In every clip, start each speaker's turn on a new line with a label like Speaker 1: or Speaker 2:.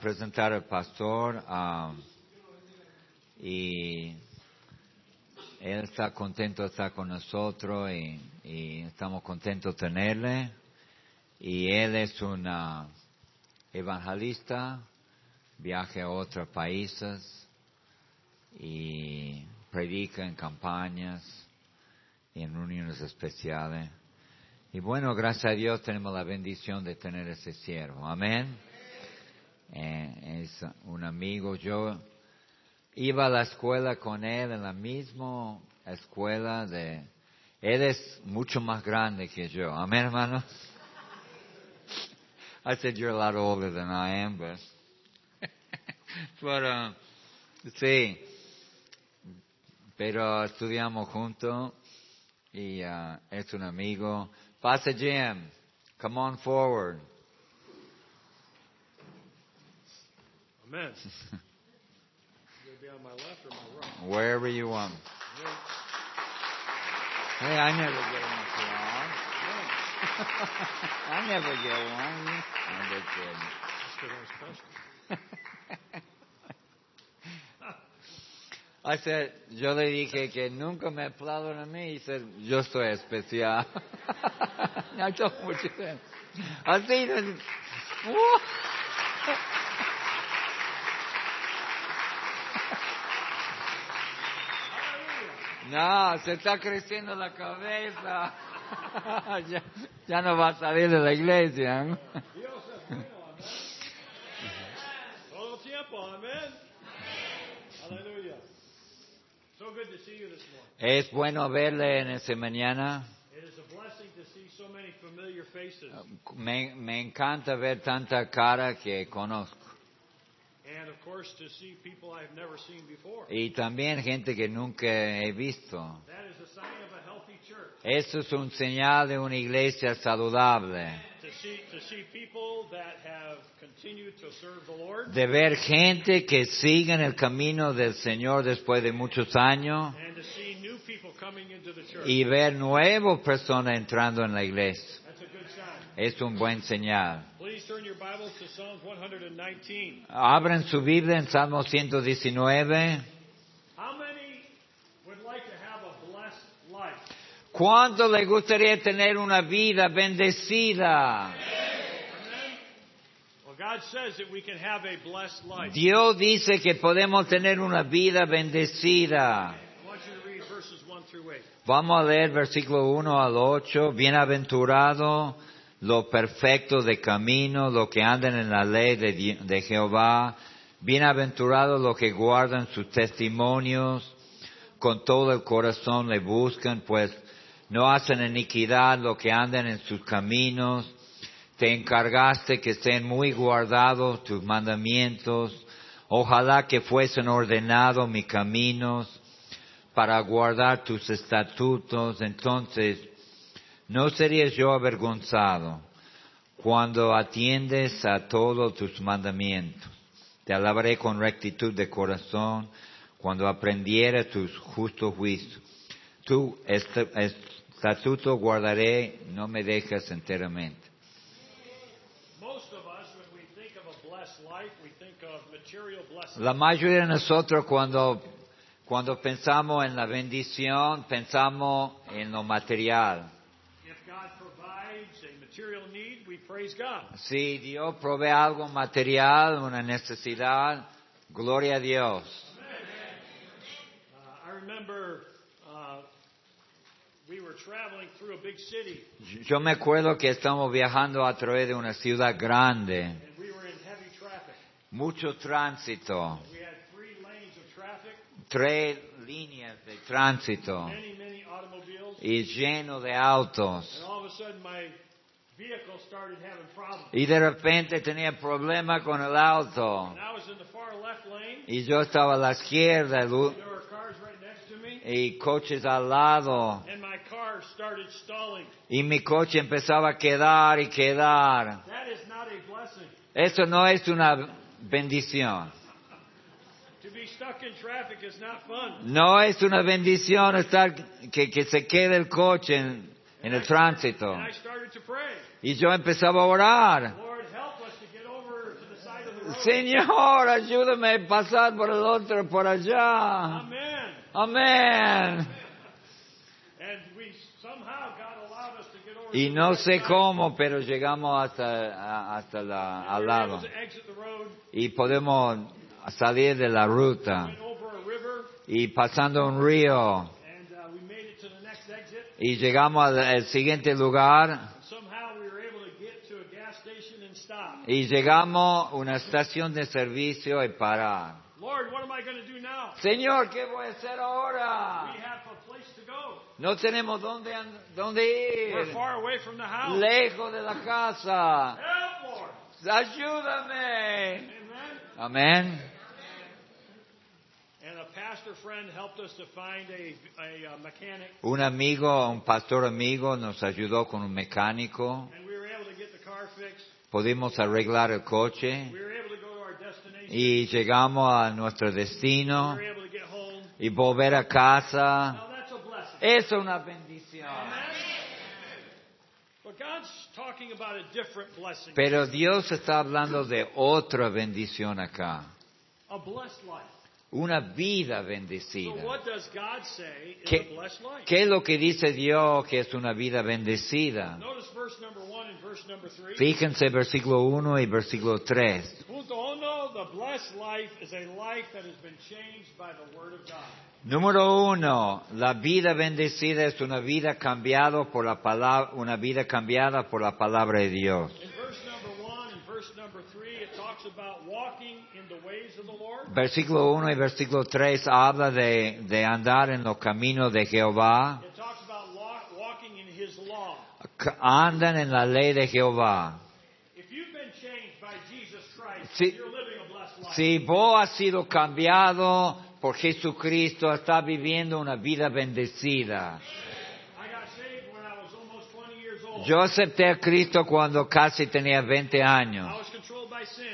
Speaker 1: presentar al pastor um, y él está contento de estar con nosotros y, y estamos contentos de tenerle. Y él es un ah, evangelista, viaja a otros países y predica en campañas y en reuniones especiales. Y bueno, gracias a Dios tenemos la bendición de tener ese siervo. Amén. Eh, es un amigo. Yo iba a la escuela con él en la misma escuela de... Él es mucho más grande que yo. Amén, hermanos. I said you're a lot older than I am, but, but uh, sí. Pero estudiamos juntos y uh, es un amigo. Pasa Jim, come on forward.
Speaker 2: Amen. you going to be on my left or my right?
Speaker 1: Wherever you want.
Speaker 2: Amen.
Speaker 1: Hey, I never get one applause.
Speaker 2: Amen.
Speaker 1: I never get one. I'm just kidding.
Speaker 2: That's 'cause I'm special.
Speaker 1: I said, yo le dije que nunca me aplauden a mí. He said, yo soy especial. I told him what you said. I see this. Woo! No, se está creciendo la cabeza. ya, ya no va a salir de la iglesia. ¿no?
Speaker 2: Yo sé, bueno, amen. Todo el tiempo, amen. Hallelujah. So good to see you this morning.
Speaker 1: Es bueno verle en esta mañana.
Speaker 2: It is a blessing to see so many familiar faces.
Speaker 1: Oh. Me, me encanta ver tanta cara que conozco.
Speaker 2: And of course, to see people I've never seen before.
Speaker 1: Y también gente que nunca he visto.
Speaker 2: That is a sign of a healthy church.
Speaker 1: Eso es un señal de una iglesia saludable.
Speaker 2: To see, to see people that have continued to serve the Lord.
Speaker 1: De ver gente que sigue en el camino del Señor después de muchos años
Speaker 2: and to see new people coming into the church.
Speaker 1: y ver nuevas personas entrando en la iglesia.
Speaker 2: That's a good sign.
Speaker 1: Es un buen señal.
Speaker 2: Please turn your Bibles to Psalms 119.
Speaker 1: Abran su Biblia en Salmo 119.
Speaker 2: How many would like to have a blessed life?
Speaker 1: ¿Cuánto le gustaría tener una vida bendecida?
Speaker 2: Well, God says that we can have a blessed life.
Speaker 1: Dios dice que podemos tener una vida bendecida.
Speaker 2: I want you to read verses 1 through 8.
Speaker 1: Vamos a leer versículo 1 al 8. Bienaventurado los perfectos de camino, los que andan en la ley de, Di- de Jehová. Bienaventurados los que guardan sus testimonios. Con todo el corazón le buscan, pues no hacen iniquidad los que andan en sus caminos. Te encargaste que estén muy guardados tus mandamientos. Ojalá que fuesen ordenados mis caminos para guardar tus estatutos, entonces no sería yo avergonzado cuando atiendes a todos tus mandamientos. Te alabaré con rectitud de corazón cuando aprendiere tus justos juicios. Tu est- estatuto guardaré, no me dejas enteramente.
Speaker 2: Most of us, when we think of a blessed life, we think of material blessings.
Speaker 1: La mayoría de nosotros cuando, cuando pensamos en la bendición, pensamos en lo material.
Speaker 2: If God provides a material need, we praise God.
Speaker 1: Si Dios provee algo material, una necesidad, gloria a Dios.
Speaker 2: Uh, I remember uh, we were traveling through a big city,
Speaker 1: Yo me acuerdo que estamos viajando a través de una ciudad grande,
Speaker 2: and we were in heavy traffic.
Speaker 1: mucho tránsito,
Speaker 2: We had three lanes of traffic,
Speaker 1: tres líneas de tránsito
Speaker 2: many, many automobiles,
Speaker 1: y lleno de
Speaker 2: and
Speaker 1: autos.
Speaker 2: all of a sudden my vehicle started having problems.
Speaker 1: Y de repente tenía problema con el auto
Speaker 2: And I was in the far left lane.
Speaker 1: y yo estaba a la izquierda lu-
Speaker 2: There were cars right next to me,
Speaker 1: y coches al lado
Speaker 2: and my car started stalling.
Speaker 1: y mi coche empezaba a quedar y quedar.
Speaker 2: That is not a blessing.
Speaker 1: Eso no es una bendición.
Speaker 2: To be stuck in traffic is not fun.
Speaker 1: No es una bendición estar que, que se quede el coche en, en el tránsito.
Speaker 2: And I started to pray,
Speaker 1: Y yo empezaba a orar.
Speaker 2: Lord, help us to get over to the side of the
Speaker 1: Señor, ayúdame a pasar por el otro, por allá.
Speaker 2: Amen.
Speaker 1: Amén.
Speaker 2: And we somehow God allowed us to get over.
Speaker 1: Y
Speaker 2: to
Speaker 1: no
Speaker 2: the
Speaker 1: sé
Speaker 2: right side.
Speaker 1: cómo, pero llegamos hasta, a- hasta la,
Speaker 2: We
Speaker 1: al
Speaker 2: were able
Speaker 1: lado.
Speaker 2: to exit the road,
Speaker 1: Y podemos salir de la ruta.
Speaker 2: went over a river,
Speaker 1: Y pasando un río.
Speaker 2: and uh, we made it to the next exit.
Speaker 1: Y llegamos al, al siguiente lugar.
Speaker 2: And somehow we were able to get to a gas station and stop.
Speaker 1: Y llegamos a una estación de servicio y parar.
Speaker 2: Lord, what am I going to do now?
Speaker 1: Señor, ¿qué voy a hacer
Speaker 2: We
Speaker 1: ahora?
Speaker 2: have a place to go.
Speaker 1: No tenemos dónde, and- dónde
Speaker 2: We're
Speaker 1: ir.
Speaker 2: far away from the house.
Speaker 1: Lejos de la casa.
Speaker 2: Help, Lord.
Speaker 1: Ayúdame.
Speaker 2: Amen.
Speaker 1: Amén.
Speaker 2: And a pastor friend helped us to find a, a, uh mechanic,
Speaker 1: Un amigo, un pastor amigo, nos ayudó con un mecánico.
Speaker 2: and we were able to get the car fixed.
Speaker 1: Pudimos arreglar el
Speaker 2: We
Speaker 1: coche
Speaker 2: were able to go to our destination.
Speaker 1: y llegamos a nuestro
Speaker 2: We
Speaker 1: destino
Speaker 2: were able to get home.
Speaker 1: y volver a casa.
Speaker 2: Now that's a blessing.
Speaker 1: Es una bendición.
Speaker 2: Amen. But God's talking about a different blessing,
Speaker 1: Pero Dios está hablando de otra bendición acá.
Speaker 2: a blessed life.
Speaker 1: Una vida
Speaker 2: So
Speaker 1: bendecida.
Speaker 2: what does God say is
Speaker 1: ¿Qué-
Speaker 2: a blessed life?
Speaker 1: ¿Qué es lo que dice Dios que es una vida bendecida?
Speaker 2: Notice verse number one and verse number three.
Speaker 1: Fíjense versículo 1 y versículo 3.
Speaker 2: Punto uno, the blessed life is a life that has been changed by the word of God.
Speaker 1: Número uno, la vida bendecida es una vida cambiada por la palabra, una vida cambiada por la palabra de Dios.
Speaker 2: In verse number one and verse number three, it talks about walking in the ways of the Lord.
Speaker 1: Versículo 1 y versículo 3 habla de, de andar en los caminos de Jehová,
Speaker 2: It talks about law, walking in His law.
Speaker 1: C- andan en la ley de Jehová.
Speaker 2: If you've been changed by Jesus Christ,
Speaker 1: Sí.
Speaker 2: you're living a blessed life.
Speaker 1: Si vos has sido cambiado por Jesucristo, estás viviendo una vida bendecida.
Speaker 2: I got saved when I was almost 20 years old.
Speaker 1: Yo acepté a Cristo cuando casi tenía 20
Speaker 2: I
Speaker 1: años,
Speaker 2: was controlled by sin,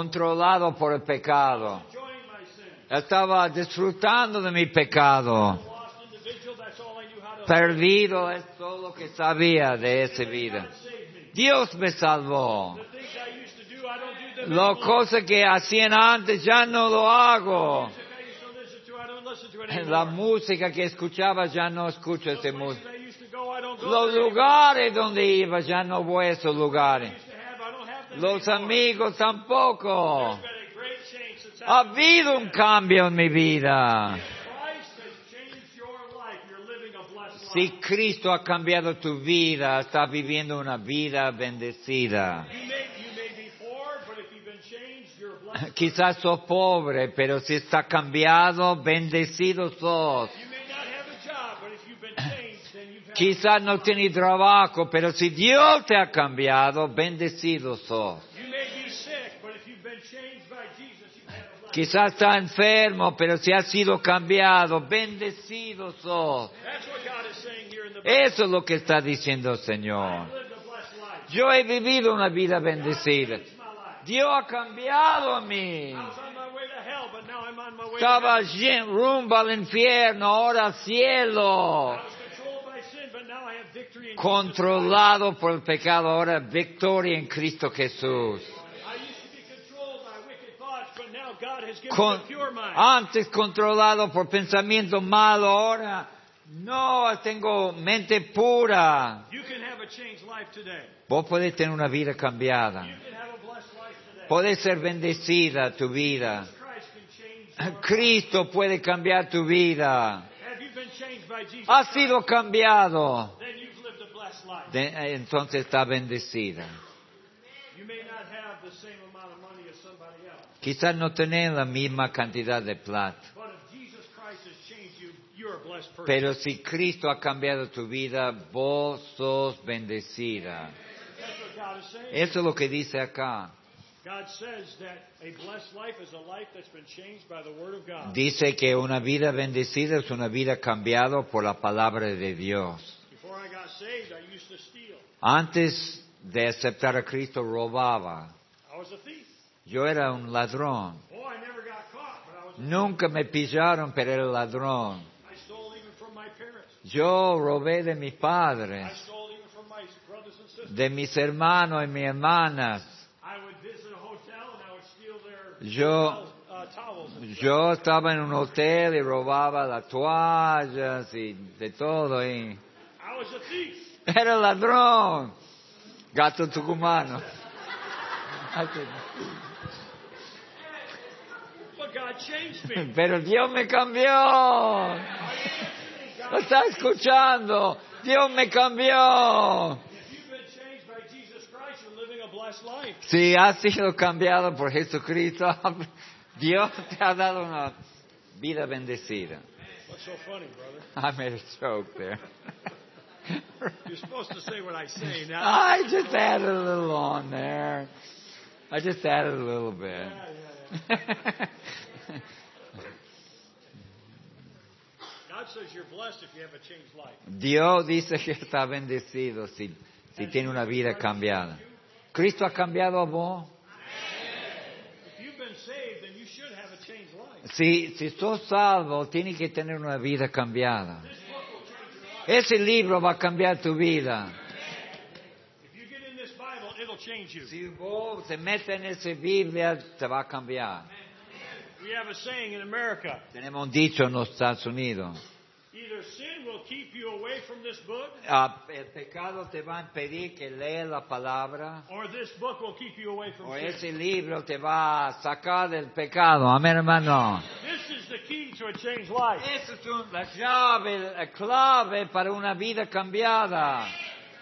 Speaker 1: controlado por el pecado.
Speaker 2: enjoying my sin.
Speaker 1: Estaba disfrutando de mi pecado.
Speaker 2: A lost individual, that's all I knew how to
Speaker 1: Perdido es todo lo que sabía de esa
Speaker 2: But
Speaker 1: vida.
Speaker 2: God saved me.
Speaker 1: Dios me salvó.
Speaker 2: The things I used to do, I don't do them
Speaker 1: Las
Speaker 2: anymore.
Speaker 1: cosas que hacían antes ya no lo hago.
Speaker 2: Music I used to listen to, I don't listen to it
Speaker 1: La
Speaker 2: anymore.
Speaker 1: música que escuchaba ya no escucho
Speaker 2: The
Speaker 1: esa
Speaker 2: places
Speaker 1: música.
Speaker 2: I used to go, I don't go
Speaker 1: Los
Speaker 2: there anymore.
Speaker 1: lugares donde iba ya no voy a esos
Speaker 2: I
Speaker 1: lugares.
Speaker 2: used to have, I don't have them
Speaker 1: Los
Speaker 2: anymore.
Speaker 1: amigos
Speaker 2: There's
Speaker 1: tampoco.
Speaker 2: been a great change since
Speaker 1: Ha
Speaker 2: I-
Speaker 1: habido un cambio en mi vida.
Speaker 2: Christ has changed your life. You're living a blessed
Speaker 1: Si
Speaker 2: life.
Speaker 1: Cristo ha cambiado tu vida, estás viviendo una vida bendecida.
Speaker 2: You may, you may be poor, but if you've been changed, you're blessed.
Speaker 1: Quizás sos pobre, pero si está cambiado, bendecido sos.
Speaker 2: You may not have a job, but if you've been changed, then you've had
Speaker 1: Quizás no tienes trabajo, pero si Dios te ha cambiado, bendecido sos.
Speaker 2: You may be sick, but if you've been changed by Jesus, you've had a blessing.
Speaker 1: Quizás estás enfermo, pero si has sido cambiado, bendecido sos.
Speaker 2: That's what God is saying here in the Bible.
Speaker 1: Eso es lo que está diciendo el Señor.
Speaker 2: I've lived a blessed life.
Speaker 1: Yo he vivido una vida bendecida.
Speaker 2: It's my life.
Speaker 1: Dios ha cambiado a mí.
Speaker 2: I was on my way to hell, but now I'm on my way to
Speaker 1: Estaba
Speaker 2: heaven.
Speaker 1: llen- rumbo al infierno, ahora al cielo.
Speaker 2: I was controlled by sin, but now I have victory in
Speaker 1: Controlado por el pecado, ahora victoria en Cristo Jesús.
Speaker 2: Jesus. I used to be controlled by wicked thoughts, but now God has given
Speaker 1: Con- Ah.
Speaker 2: me a pure mind.
Speaker 1: antes controlado por pensamiento malo, ahora no, tengo mente pura.
Speaker 2: You can have a changed life today.
Speaker 1: Vos podés tener una vida
Speaker 2: You
Speaker 1: cambiada.
Speaker 2: can have a blessed life today.
Speaker 1: Podés ser bendecida tu vida.
Speaker 2: Christ can change your life.
Speaker 1: Cristo puede cambiar tu vida.
Speaker 2: Have you been changed by Jesus?
Speaker 1: Has sido cambiado.
Speaker 2: Then you've lived a blessed life.
Speaker 1: De- eh, entonces está bendecida.
Speaker 2: You may not have the same amount of money as somebody else,
Speaker 1: Quizás no tenés la misma cantidad de plata,
Speaker 2: but if Jesus Christ has changed you, you're a blessed person.
Speaker 1: pero si Cristo ha cambiado tu vida, vos sos bendecida.
Speaker 2: That's what God is saying.
Speaker 1: Eso es lo que dice acá.
Speaker 2: God says that a blessed life is a life that's been changed by the Word of God.
Speaker 1: Dice que una vida bendecida es una vida cambiada por la palabra de Dios.
Speaker 2: Before I got saved, I used to steal.
Speaker 1: Antes de aceptar a Cristo robaba.
Speaker 2: I was a thief.
Speaker 1: Yo era un ladrón.
Speaker 2: Oh, I never got caught, but I was.
Speaker 1: Nunca me pillaron, pero era ladrón.
Speaker 2: I stole even from my parents.
Speaker 1: Yo robé de mis
Speaker 2: I
Speaker 1: padres,
Speaker 2: stole even from my brothers and sisters.
Speaker 1: de mis hermanos y mis hermanas.
Speaker 2: I would visit a hotel and I would steal
Speaker 1: Yo,
Speaker 2: uh, towels. and-
Speaker 1: Pues yo estaba en un hotel y robaba las toallas y de todo. Y
Speaker 2: I was a thief.
Speaker 1: era ladrón. Gato tucumano.
Speaker 2: But God changed me.
Speaker 1: Pero Dios me cambió. Lo está escuchando. Dios me cambió.
Speaker 2: If you've been changed by Jesus Christ, you're living a blessed life.
Speaker 1: Si has sido cambiado por Jesucristo, Dios te ha dado una vida bendecida.
Speaker 2: What's so funny, brother?
Speaker 1: I made a joke there.
Speaker 2: You're supposed to say what I say now.
Speaker 1: I just added a little on there. I just added a little bit.
Speaker 2: Yeah, yeah, yeah. God says you're blessed if you have a changed life.
Speaker 1: Dios dice que está bendecido si, si tiene una vida cambiada. Cristo ha cambiado a vos.
Speaker 2: If you've been saved, then you should have a changed life.
Speaker 1: Si, si sos salvo, tienes que tener una vida cambiada.
Speaker 2: This book will change your life.
Speaker 1: Ese libro va a cambiar tu vida.
Speaker 2: If you get in this Bible, it'll change you.
Speaker 1: Si vos te metes en esa Biblia, te va a cambiar.
Speaker 2: We have a saying in America
Speaker 1: Tenemos un dicho en los Estados Unidos.
Speaker 2: either sin will keep you away from this book,
Speaker 1: Ah, el pecado te va a impedir que leas la palabra.
Speaker 2: or this book will keep you away from
Speaker 1: O
Speaker 2: sin.
Speaker 1: ese libro te va a sacar del pecado. Amén, hermano.
Speaker 2: This is the key to a changed life.
Speaker 1: Esa es un- la llave, la clave para una vida cambiada.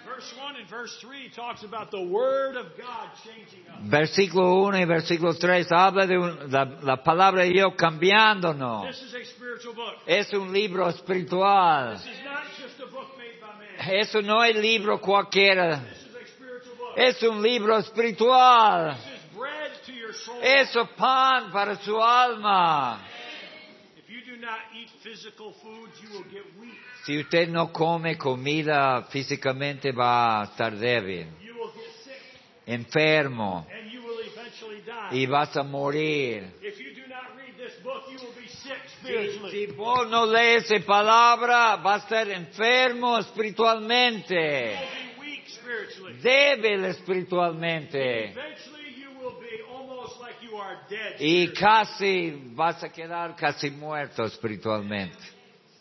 Speaker 2: Verse 1 and verse 3 talks about the Word of God changing us.
Speaker 1: Versículo 1 y versículo 3 habla de un- la, la palabra de Dios cambiándonos.
Speaker 2: This is a spiritual book.
Speaker 1: Es un libro
Speaker 2: This
Speaker 1: espiritual.
Speaker 2: is not just a book made by man.
Speaker 1: Eso no es libro cualquiera.
Speaker 2: This is a spiritual book.
Speaker 1: Es un libro espiritual.
Speaker 2: This is bread to your soul.
Speaker 1: Es pan para su alma.
Speaker 2: If you do not eat physical foods, you will get weak.
Speaker 1: Si usted no come comida físicamente va a estar débil,
Speaker 2: You will get sick,
Speaker 1: enfermo
Speaker 2: and you will eventually die.
Speaker 1: y vas a morir.
Speaker 2: If you do not read this book, you will be sick
Speaker 1: Si, si
Speaker 2: spiritually.
Speaker 1: vos no lees esa palabra, va a estar enfermo
Speaker 2: You
Speaker 1: espiritualmente,
Speaker 2: will be weak spiritually.
Speaker 1: débil espiritualmente
Speaker 2: Eventually, you will be almost like you are dead.
Speaker 1: y casi vas a quedar casi muerto espiritualmente.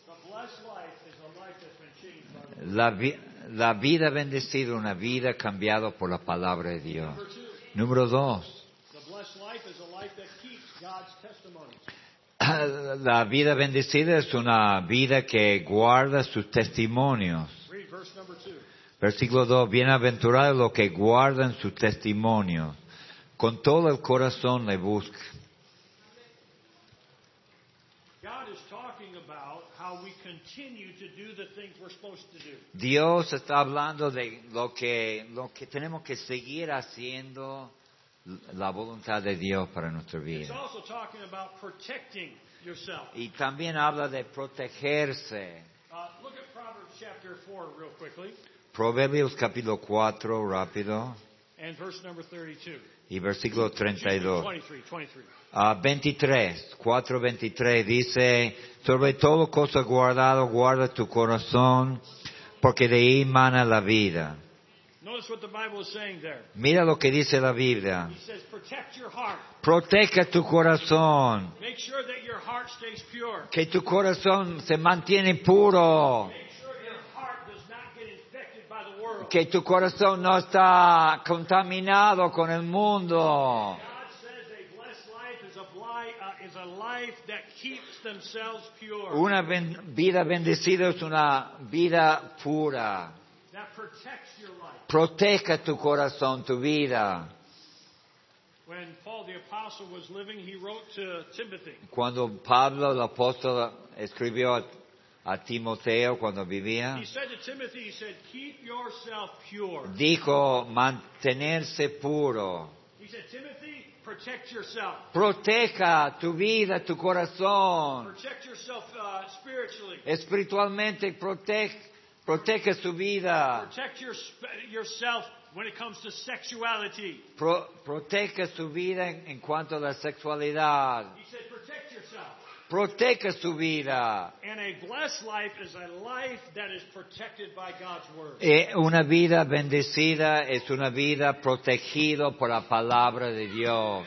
Speaker 2: The blessed life is a life that's been changed by the
Speaker 1: La, vi- la vida bendecida, una vida cambiada por la palabra de Dios.
Speaker 2: Number two.
Speaker 1: Número dos,
Speaker 2: The blessed life is a life that keeps God's testimony.
Speaker 1: la vida bendecida es una vida que guarda sus testimonios.
Speaker 2: Read verse number two.
Speaker 1: Versículo 2, bienaventurados los que guardan sus testimonios, con todo el corazón le busca.
Speaker 2: God is talking about how we continue to do the things we're supposed to do.
Speaker 1: Dios está hablando de lo que, lo que tenemos que seguir haciendo la voluntad de Dios para nuestra
Speaker 2: It's
Speaker 1: vida.
Speaker 2: also talking about protecting yourself.
Speaker 1: Y también habla de protegerse.
Speaker 2: Uh, look at Proverbs chapter 4 real quickly
Speaker 1: Proverbios capítulo 4, rápido,
Speaker 2: and verse number 32.
Speaker 1: y versículo
Speaker 2: Excuse me,
Speaker 1: 32.
Speaker 2: 23, 23.
Speaker 1: a 23, 4, 23 dice, sobre todo cosa guardado, guarda tu corazón, porque de ahí mana la vida.
Speaker 2: Notice what the Bible is saying there.
Speaker 1: Mira lo que dice la Biblia.
Speaker 2: He says, protect your heart.
Speaker 1: Proteja tu corazón,
Speaker 2: Make sure that your heart stays pure.
Speaker 1: que tu corazón se mantiene puro,
Speaker 2: Make sure your heart does not get infected by the world.
Speaker 1: que tu corazón no está contaminado con el mundo.
Speaker 2: God says a blessed life is a, bli- uh, is a life that keeps themselves pure,
Speaker 1: Una ben- vida bendecida es una vida pura.
Speaker 2: that protects your life.
Speaker 1: Proteja tu corazón, tu vida.
Speaker 2: When Paul the Apostle was living, he wrote to Timothy,
Speaker 1: Cuando Pablo, el apóstol, escribió a, a Timoteo cuando vivía,
Speaker 2: he said to Timothy, he said, Keep yourself pure.
Speaker 1: dijo mantenerse puro.
Speaker 2: He said, Timothy, protect yourself.
Speaker 1: Proteja tu vida, tu corazón.
Speaker 2: Protect yourself uh, spiritually.
Speaker 1: Espiritualmente protege, protege su vida.
Speaker 2: Protect your, sp- yourself when it comes to sexuality.
Speaker 1: Pro- proteja su vida en, en cuanto a la sexualidad.
Speaker 2: He said, Protect yourself.
Speaker 1: Proteja su vida.
Speaker 2: And a blessed life is a life that is protected by God's word.
Speaker 1: Eh, Una vida bendecida es una vida protegida por la palabra de Dios.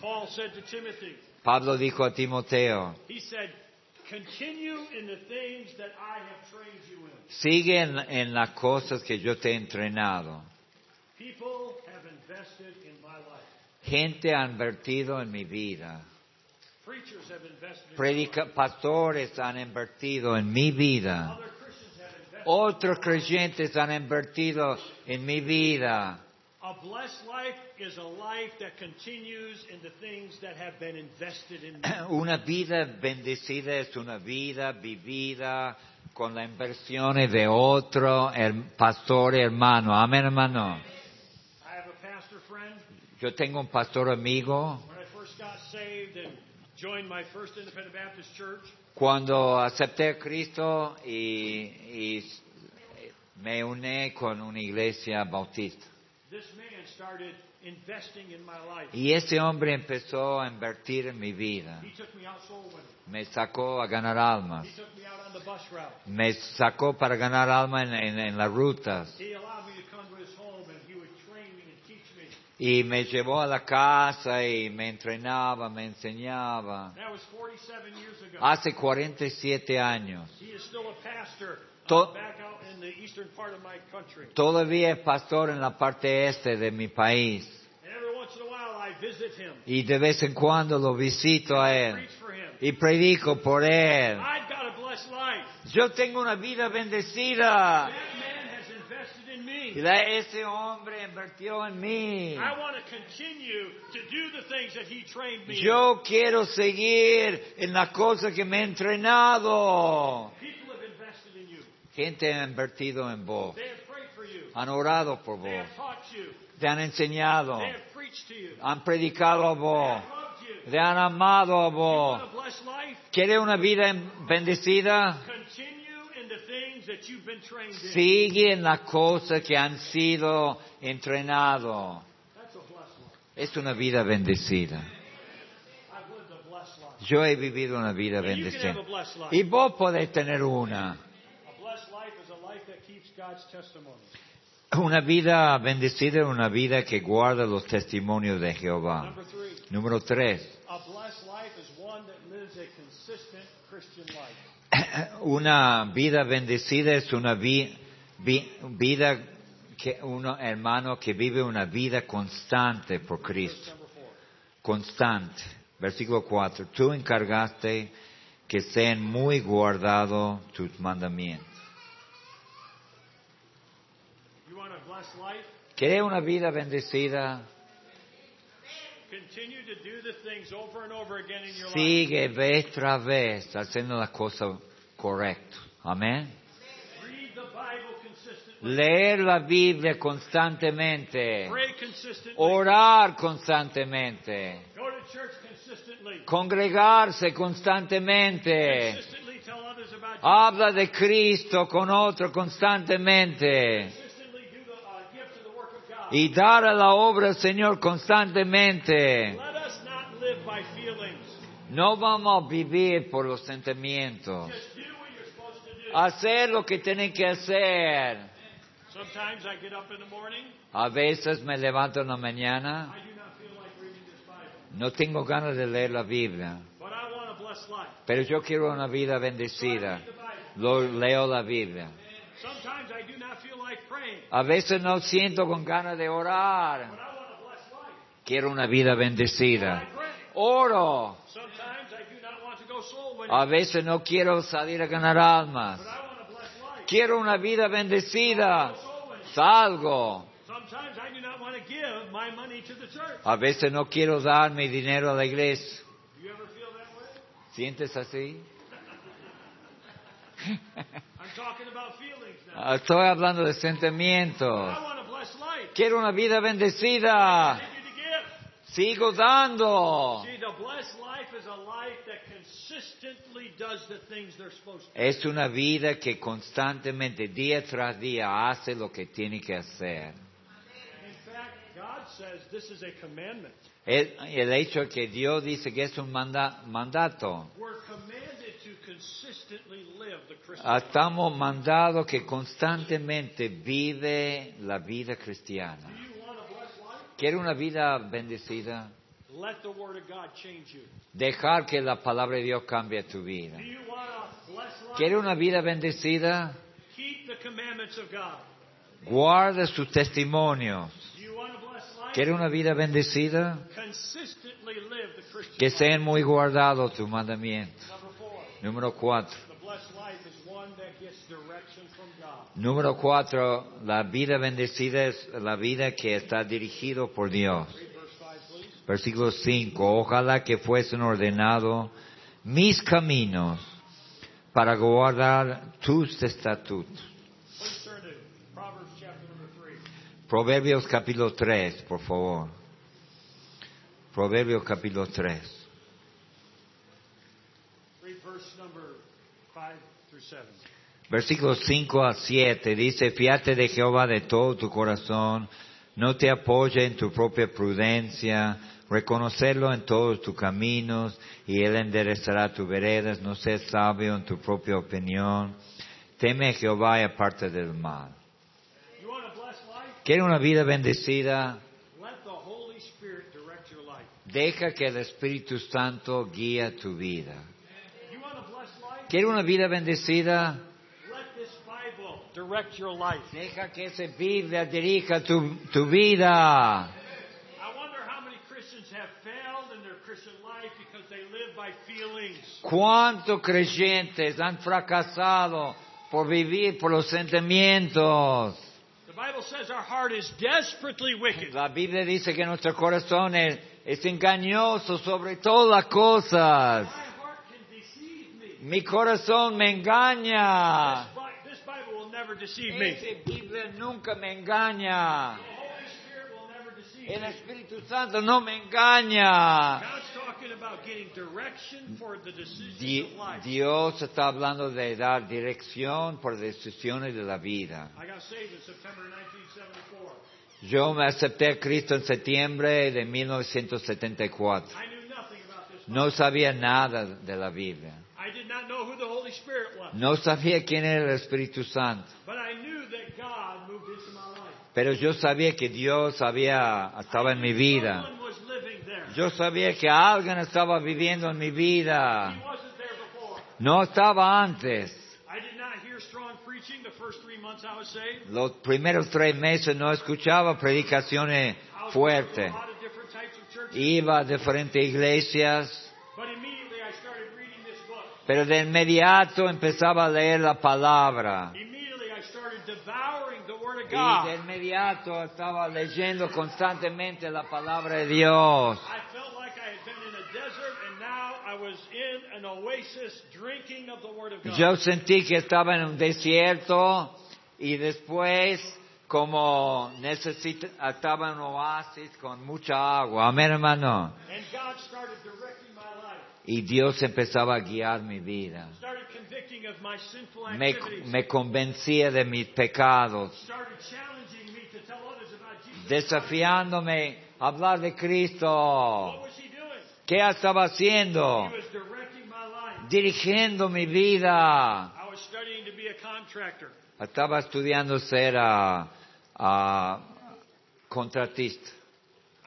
Speaker 2: Paul said to Timothy,
Speaker 1: Pablo dijo a Timoteo,
Speaker 2: he said, continue in the things that I have trained you in.
Speaker 1: sigue en, en las cosas que yo te he entrenado.
Speaker 2: People have invested in my life.
Speaker 1: Gente ha invertido en mi vida.
Speaker 2: Preachers have invested in my
Speaker 1: Predica- pastores han invertido en mi
Speaker 2: life.
Speaker 1: vida.
Speaker 2: Other Christians have invested.
Speaker 1: Otros creyentes han invertido en mi vida.
Speaker 2: A blessed life is a life that continues in the things that have been invested in me.
Speaker 1: Una vida bendecida es una vida vivida con la inversión de otro her- pastor hermano. Amén, hermano.
Speaker 2: I have a pastor friend.
Speaker 1: Yo tengo un pastor amigo.
Speaker 2: When I first got saved and joined my first Independent Baptist church,
Speaker 1: Cuando acepté a Cristo y, y me uní con una iglesia bautista.
Speaker 2: this man started investing in my life.
Speaker 1: Y ese hombre empezó a invertir en mi vida.
Speaker 2: He took me out soul winning.
Speaker 1: Me sacó a ganar almas.
Speaker 2: He took me out on the bus route.
Speaker 1: Me sacó para ganar alma en, en- en las rutas.
Speaker 2: He allowed me to come to his home and he would train me and teach me.
Speaker 1: Y me llevó a la casa y me entrenaba, me enseñaba.
Speaker 2: That was 47 years ago.
Speaker 1: Hace 47 años.
Speaker 2: he is still a pastor
Speaker 1: To-
Speaker 2: uh, back out in the eastern part of my country.
Speaker 1: Todavía es pastor en la parte este de mi país.
Speaker 2: And every once in a while I visit him,
Speaker 1: Y de vez en cuando lo visito a él.
Speaker 2: preach for him.
Speaker 1: Y predico por él.
Speaker 2: I've got a blessed life.
Speaker 1: Yo tengo una vida bendecida.
Speaker 2: That man has invested in
Speaker 1: Y
Speaker 2: me.
Speaker 1: la- ese hombre invirtió en mí.
Speaker 2: I want to continue to do the things that he trained me. in.
Speaker 1: Yo quiero seguir en las cosas que me he entrenado.
Speaker 2: People have invested in you.
Speaker 1: Gente ha invertido en vos,
Speaker 2: They have prayed for you.
Speaker 1: han orado por
Speaker 2: They
Speaker 1: vos,
Speaker 2: have taught you.
Speaker 1: te han enseñado,
Speaker 2: They have preached to you.
Speaker 1: han predicado a
Speaker 2: They
Speaker 1: vos,
Speaker 2: have loved you.
Speaker 1: te han amado a
Speaker 2: You
Speaker 1: vos.
Speaker 2: want a blessed life?
Speaker 1: ¿Quiere una vida en- bendecida?
Speaker 2: Continue in the things that you've been trained in.
Speaker 1: Sigue en las cosas que han sido entrenado.
Speaker 2: That's a blessed life.
Speaker 1: Es una vida bendecida.
Speaker 2: I've lived a blessed life.
Speaker 1: Yo he vivido una vida
Speaker 2: And you can
Speaker 1: bendecida.
Speaker 2: have a blessed life.
Speaker 1: Y vos podés tener una.
Speaker 2: A blessed life is a life that keeps God's testimony.
Speaker 1: Una vida bendecida es una vida que guarda los testimonios de Jehová.
Speaker 2: Number three,
Speaker 1: Número tres,
Speaker 2: a blessed life is one that lives a consistent Christian life.
Speaker 1: una vida bendecida es una vi- vi- vida que uno hermano que vive una vida constante por
Speaker 2: Verse
Speaker 1: Cristo,
Speaker 2: number four.
Speaker 1: constante. Versículo 4, tú encargaste que sean muy guardados tus mandamientos.
Speaker 2: You want a blessed life?
Speaker 1: ¿Querés una vida bendecida?
Speaker 2: Continue to do the things over and over again in your life.
Speaker 1: Sigue vez tras vez haciendo las cosas correctas. Amén.
Speaker 2: Read the Bible consistently.
Speaker 1: Leer la Biblia constantemente.
Speaker 2: Pray consistently.
Speaker 1: Orar constantemente.
Speaker 2: Go to church consistently.
Speaker 1: Congregarse constantemente.
Speaker 2: Consistently tell others about Jesus.
Speaker 1: Habla de Cristo con otro constantemente.
Speaker 2: Consistently do the, uh, give to the work of God.
Speaker 1: Y dar a la obra al Señor constantemente.
Speaker 2: Let us not live by feelings.
Speaker 1: No vamos a vivir por los sentimientos.
Speaker 2: Just do what you're supposed to
Speaker 1: Ah.
Speaker 2: do.
Speaker 1: Hacer lo que tienen que hacer.
Speaker 2: Sometimes I get up in the morning.
Speaker 1: A veces me levanto en la mañana.
Speaker 2: I do not feel like reading this Bible.
Speaker 1: No tengo ganas de leer la Biblia.
Speaker 2: But I want a blessed life.
Speaker 1: Pero yo quiero una vida
Speaker 2: So I
Speaker 1: bendecida.
Speaker 2: read the Bible.
Speaker 1: Lo, leo la Biblia.
Speaker 2: Sometimes I do not feel like praying.
Speaker 1: A veces no siento con ganas de
Speaker 2: But
Speaker 1: orar.
Speaker 2: I want a blessed life.
Speaker 1: Quiero una vida
Speaker 2: I
Speaker 1: bendecida.
Speaker 2: pray.
Speaker 1: Oro.
Speaker 2: Sometimes I do not want to go soul winning.
Speaker 1: A veces no quiero salir a ganar almas.
Speaker 2: but I want a blessed life.
Speaker 1: Quiero una vida bendecida.
Speaker 2: Soul winning.
Speaker 1: Salgo.
Speaker 2: Sometimes I do not want to give my money to the church.
Speaker 1: A veces no quiero dar mi dinero a la iglesia.
Speaker 2: Do you ever feel that way?
Speaker 1: ¿Sientes así?
Speaker 2: I'm talking about feelings now.
Speaker 1: Ah, Estoy hablando de
Speaker 2: I
Speaker 1: sentimientos.
Speaker 2: want a blessed life.
Speaker 1: Quiero una vida bendecida.
Speaker 2: Continue to give.
Speaker 1: Sigo dando.
Speaker 2: See, the blessed life is a life that consistently does the things they're supposed to.
Speaker 1: Es una vida que constantemente, día tras día, hace lo que tiene que hacer.
Speaker 2: In fact, God says this is a commandment.
Speaker 1: El, el hecho que Dios dice que es un manda- mandato.
Speaker 2: We're commanded to consistently live the Christian
Speaker 1: Ah,
Speaker 2: life.
Speaker 1: Estamos mandados que constantemente vive la vida
Speaker 2: Do
Speaker 1: cristiana.
Speaker 2: you want a blessed life?
Speaker 1: ¿Quiere una vida bendecida?
Speaker 2: Let the Word of God change you.
Speaker 1: Dejar que la palabra de Dios cambie tu vida.
Speaker 2: Do you want a blessed life?
Speaker 1: ¿Quiere una vida bendecida?
Speaker 2: Keep the commandments of God.
Speaker 1: Guarde sus testimonios.
Speaker 2: Do you want a blessed life?
Speaker 1: ¿Quiere una vida bendecida?
Speaker 2: Consistently live the Christian
Speaker 1: Que
Speaker 2: life.
Speaker 1: sean muy guardados tus mandamientos.
Speaker 2: Number four,
Speaker 1: Número cuatro.
Speaker 2: the blessed life is one that gets direction from God.
Speaker 1: Número cuatro, la vida bendecida es la vida que está dirigido por Dios.
Speaker 2: Read verse 5, please.
Speaker 1: Versículo 5. Ojalá que fuesen ordenados mis caminos para guardar tus estatutos.
Speaker 2: Please turn to Proverbs chapter number 3.
Speaker 1: Proverbios capítulo 3, por favor. Proverbios capítulo 3.
Speaker 2: Read verse number 5 through 7.
Speaker 1: Versículos 5 a 7 dice, fíate de Jehová de todo tu corazón, no te apoye en tu propia prudencia, reconocerlo en todos tus caminos y él enderezará tus veredas, no seas sabio en tu propia opinión, teme a Jehová y aparte del mal.
Speaker 2: You want a blessed life?
Speaker 1: ¿Quiere una vida bendecida?
Speaker 2: Let the Holy Spirit direct your life.
Speaker 1: Deja que el Espíritu Santo guíe tu vida.
Speaker 2: You want a blessed life?
Speaker 1: ¿Quiere una vida bendecida?
Speaker 2: Let this Bible direct your life.
Speaker 1: Deja que esa Biblia dirija tu, tu vida.
Speaker 2: I wonder how many Christians have failed in their Christian life because they live by feelings.
Speaker 1: ¿Cuántos creyentes han fracasado por vivir por los sentimientos?
Speaker 2: The Bible says our heart is desperately wicked.
Speaker 1: La Biblia dice que nuestro corazón es, es engañoso sobre todas las cosas.
Speaker 2: My heart can deceive me.
Speaker 1: Mi corazón me engaña.
Speaker 2: This Bi- This Bible will never deceive me.
Speaker 1: Esa Biblia nunca me engaña.
Speaker 2: The Holy Spirit will never deceive
Speaker 1: El
Speaker 2: me.
Speaker 1: Espíritu Santo no me engaña.
Speaker 2: God's talking about getting direction for the decisions
Speaker 1: Di-
Speaker 2: of life.
Speaker 1: Dios está hablando de dar dirección por decisiones de la vida.
Speaker 2: I got saved in September 1974.
Speaker 1: Yo me acepté a Cristo en septiembre de 1974.
Speaker 2: I knew nothing about this.
Speaker 1: No sabía nada de la Biblia.
Speaker 2: I did not know who the Holy Spirit was,
Speaker 1: No sabía quién era el Espíritu Santo.
Speaker 2: but I knew that God moved into my life.
Speaker 1: Pero yo sabía que Dios había, estaba en mi vida.
Speaker 2: Someone was living there.
Speaker 1: Yo sabía que alguien estaba viviendo en mi
Speaker 2: He
Speaker 1: vida.
Speaker 2: wasn't there before.
Speaker 1: No estaba antes.
Speaker 2: I did not hear strong preaching the first three months I was saved.
Speaker 1: Los primeros tres meses no escuchaba predicaciones
Speaker 2: I was going to a
Speaker 1: fuertes.
Speaker 2: lot of different types of churches.
Speaker 1: Iba a diferentes iglesias,
Speaker 2: But immediately I started reading this book.
Speaker 1: pero de inmediato empezaba a leer la palabra.
Speaker 2: Immediately I started devouring the Word of
Speaker 1: Y de
Speaker 2: God.
Speaker 1: inmediato estaba leyendo constantemente la palabra de Dios.
Speaker 2: I felt like I had been in a desert and now I was in an oasis drinking of the Word of God.
Speaker 1: Yo sentí que estaba en un desierto y después como necesita, estaba en un oasis con mucha agua. Amén, hermano.
Speaker 2: And God started directing my life,
Speaker 1: Y Dios empezaba a guiar mi vida.
Speaker 2: started convicting of my sinful
Speaker 1: Me,
Speaker 2: activities,
Speaker 1: me convencía de mis pecados,
Speaker 2: started challenging me to tell others about Jesus.
Speaker 1: desafiándome a hablar de
Speaker 2: what
Speaker 1: Cristo.
Speaker 2: was He doing?
Speaker 1: ¿Qué estaba haciendo?
Speaker 2: He was directing my life.
Speaker 1: Dirigiendo mi vida.
Speaker 2: I was studying to be a contractor.
Speaker 1: Estaba estudiando ser ah, ah, contratista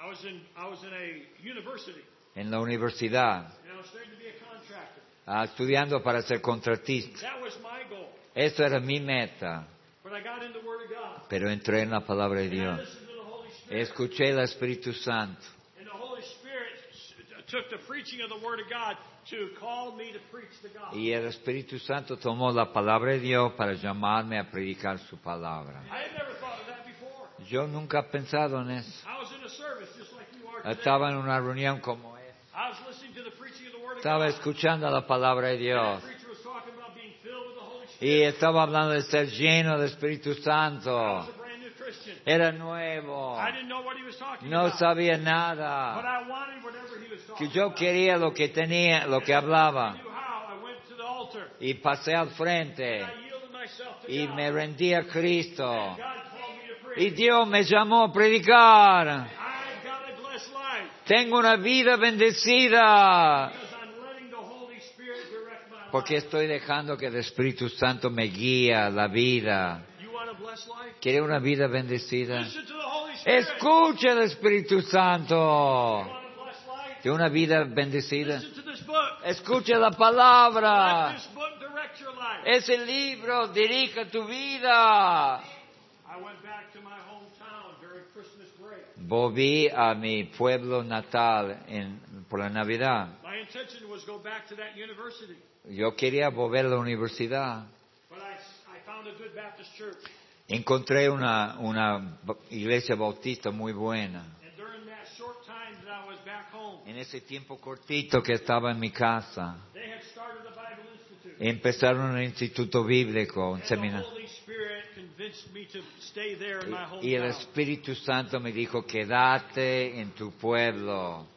Speaker 2: I was in I was in a university
Speaker 1: en la universidad,
Speaker 2: and I was studying to be a contractor.
Speaker 1: ah, estudiando para ser contratista.
Speaker 2: That was my goal.
Speaker 1: Eso era mi meta,
Speaker 2: But I got in the Word of God.
Speaker 1: pero entré en la palabra de
Speaker 2: And I
Speaker 1: Dios.
Speaker 2: listened to the Holy Spirit.
Speaker 1: Escuché el Espíritu Santo
Speaker 2: And the Holy Spirit s- took the preaching of the Word of God to call me to preach the gospel.
Speaker 1: y el Espíritu Santo tomó la palabra de Dios para llamarme a predicar su palabra.
Speaker 2: I had never thought of that before.
Speaker 1: Yo nunca he pensado en eso.
Speaker 2: I was in a service just like you are today.
Speaker 1: Estaba en una reunión como esta.
Speaker 2: I was listening to the preaching of the Word of
Speaker 1: Estaba
Speaker 2: God.
Speaker 1: escuchando la palabra de
Speaker 2: And
Speaker 1: Dios
Speaker 2: that preacher was talking about being filled with the Holy
Speaker 1: y
Speaker 2: Spirit.
Speaker 1: estaba hablando de ser lleno del Espíritu
Speaker 2: I
Speaker 1: Santo.
Speaker 2: was a brand new Christian.
Speaker 1: Era nuevo.
Speaker 2: I didn't know what he was talking
Speaker 1: No
Speaker 2: about.
Speaker 1: sabía
Speaker 2: But
Speaker 1: nada.
Speaker 2: I wanted whatever he was
Speaker 1: Que
Speaker 2: talking
Speaker 1: yo
Speaker 2: about.
Speaker 1: quería lo que tenía, lo que
Speaker 2: I
Speaker 1: hablaba.
Speaker 2: knew how. I went to the altar.
Speaker 1: Y pasé al frente.
Speaker 2: And I yielded myself to
Speaker 1: Eh. Y
Speaker 2: God.
Speaker 1: me rendí a Cristo.
Speaker 2: And God called me to
Speaker 1: Y
Speaker 2: preach.
Speaker 1: Dios me llamó a predicar.
Speaker 2: I got a blessed life
Speaker 1: Tengo una vida bendecida.
Speaker 2: because I'm letting the Holy Spirit direct my life.
Speaker 1: Porque estoy dejando que el Espíritu Santo me guía la vida.
Speaker 2: You want a blessed life?
Speaker 1: ¿Quiere una vida bendecida?
Speaker 2: Listen to the Holy Spirit.
Speaker 1: Escucha el Espíritu
Speaker 2: You
Speaker 1: Santo.
Speaker 2: want a blessed
Speaker 1: de una vida Ah. bendecida.
Speaker 2: Listen to this book.
Speaker 1: Escucha la
Speaker 2: Let
Speaker 1: palabra.
Speaker 2: this book direct your life.
Speaker 1: Ese libro dirige tu vida.
Speaker 2: I went back to my hometown during Christmas break.
Speaker 1: Volví a mi pueblo natal en- por la Navidad.
Speaker 2: My intention was go back to that university,
Speaker 1: Yo quería volver a la universidad.
Speaker 2: but I, I found a good Baptist church.
Speaker 1: Encontré una, una ba- iglesia bautista muy buena.
Speaker 2: And during that short time that I was back home,
Speaker 1: En ese tiempo cortito que estaba en mi casa,
Speaker 2: they had started a Bible
Speaker 1: Eh,
Speaker 2: Institute.
Speaker 1: empezaron el instituto bíblico, un
Speaker 2: And the
Speaker 1: seminario.
Speaker 2: Holy Spirit convinced me to stay there in my
Speaker 1: Eh, Y el
Speaker 2: hometown.
Speaker 1: Espíritu Santo me dijo, quédate en tu pueblo.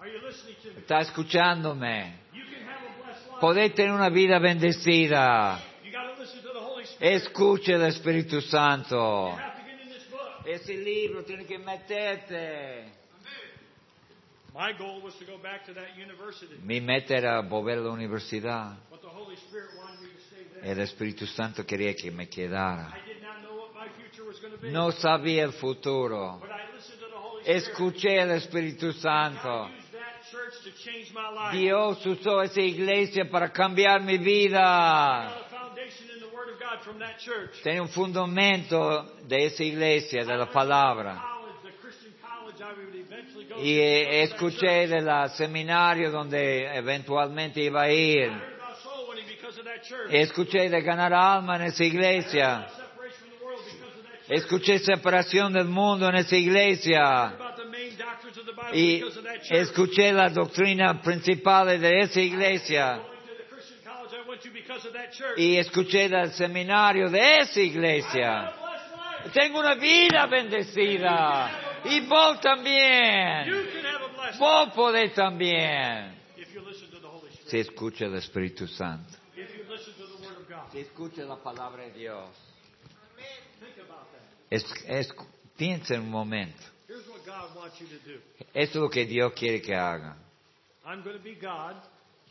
Speaker 2: Are you listening to me?
Speaker 1: Está escuchándome.
Speaker 2: You can have a blessed life.
Speaker 1: Podéis tener una vida bendecida.
Speaker 2: You got to listen to the Holy Spirit.
Speaker 1: Escucha el Espíritu
Speaker 2: You
Speaker 1: Santo.
Speaker 2: have to get in this book.
Speaker 1: Ese libro tiene que meterte.
Speaker 2: My goal was to go back to that university,
Speaker 1: Mi meta era volver a la universidad.
Speaker 2: but the Holy Spirit wanted me to stay there.
Speaker 1: El Espíritu Santo quería que me
Speaker 2: I
Speaker 1: quedara.
Speaker 2: did not know what my future was going to be.
Speaker 1: No sabía el futuro.
Speaker 2: But I listened to the Holy Spirit.
Speaker 1: Escuché al Espíritu Santo.
Speaker 2: God used that church to change my life.
Speaker 1: Dios usó esa iglesia para cambiar mi
Speaker 2: I
Speaker 1: vida.
Speaker 2: got a foundation in the Word of God from that church.
Speaker 1: Tenía un fundamento de esa iglesia, de la palabra.
Speaker 2: College, the Christian college I would eventually go
Speaker 1: Y
Speaker 2: to.
Speaker 1: eh, escuché del ah, seminario donde eventualmente iba a ir.
Speaker 2: I heard about soul winning because of that church.
Speaker 1: Escuché de ganar alma en esa iglesia.
Speaker 2: Separation from the world because of that church.
Speaker 1: Escuché separación del mundo en esa
Speaker 2: I heard
Speaker 1: iglesia.
Speaker 2: about the main doctrines of the Bible
Speaker 1: Y
Speaker 2: because of that church.
Speaker 1: escuché las doctrinas principales de esa iglesia.
Speaker 2: Going to the Christian college I went to because of that church.
Speaker 1: Y escuché del seminario de esa
Speaker 2: I
Speaker 1: iglesia.
Speaker 2: got a blessed life.
Speaker 1: Tengo una vida bendecida. Y vos
Speaker 2: You
Speaker 1: también.
Speaker 2: can have a blessed life
Speaker 1: Vos podés también.
Speaker 2: if you listen to the Holy
Speaker 1: Se
Speaker 2: Spirit.
Speaker 1: escucha el Espíritu Santo.
Speaker 2: If you listen to the Word of God.
Speaker 1: Se escucha la palabra de Dios.
Speaker 2: Think about that.
Speaker 1: Es, es- piensa en un momento.
Speaker 2: Here's what God wants you to do.
Speaker 1: Esto es lo que Dios quiere que haga.
Speaker 2: I'm going to be God,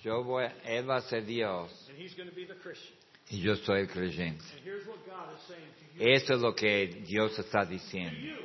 Speaker 1: Yo voy, Él va a ser Dios
Speaker 2: and He's going to be the Christian.
Speaker 1: y yo soy el creyente.
Speaker 2: And here's what God is saying to you.
Speaker 1: Eso es lo que Dios está
Speaker 2: To
Speaker 1: diciendo.
Speaker 2: you,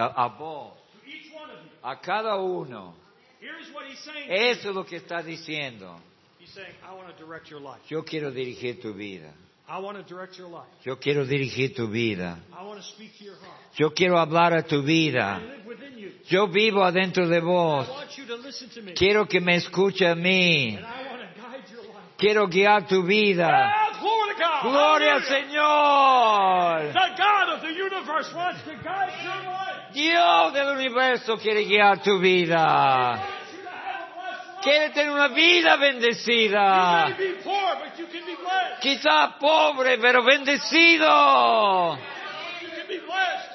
Speaker 1: A, a vos,
Speaker 2: to each one of you.
Speaker 1: a cada uno.
Speaker 2: Here's what He's saying. to you.
Speaker 1: Eso es lo que está diciendo.
Speaker 2: He's saying, I want to direct your life.
Speaker 1: Yo quiero dirigir tu vida.
Speaker 2: I want to direct your life.
Speaker 1: Yo quiero dirigir tu vida.
Speaker 2: I want to speak to your heart.
Speaker 1: Yo quiero hablar a tu
Speaker 2: I
Speaker 1: vida.
Speaker 2: live within you.
Speaker 1: Yo vivo adentro de
Speaker 2: I
Speaker 1: vos.
Speaker 2: want you to listen to me.
Speaker 1: Quiero que me escuche a mí.
Speaker 2: And I want to guide your life.
Speaker 1: Quiero guiar tu vida.
Speaker 2: Ah, glory to God.
Speaker 1: Gloria al
Speaker 2: Hallelujah.
Speaker 1: Señor.
Speaker 2: The God of the universe wants to guide your life.
Speaker 1: Dios del universo quiere guiar tu vida.
Speaker 2: He wants you to have a blessed life.
Speaker 1: Quiere tener una vida
Speaker 2: You
Speaker 1: bendecida.
Speaker 2: may be poor, but you can be blessed.
Speaker 1: Quizá pobre, pero bendecido.
Speaker 2: You can be blessed.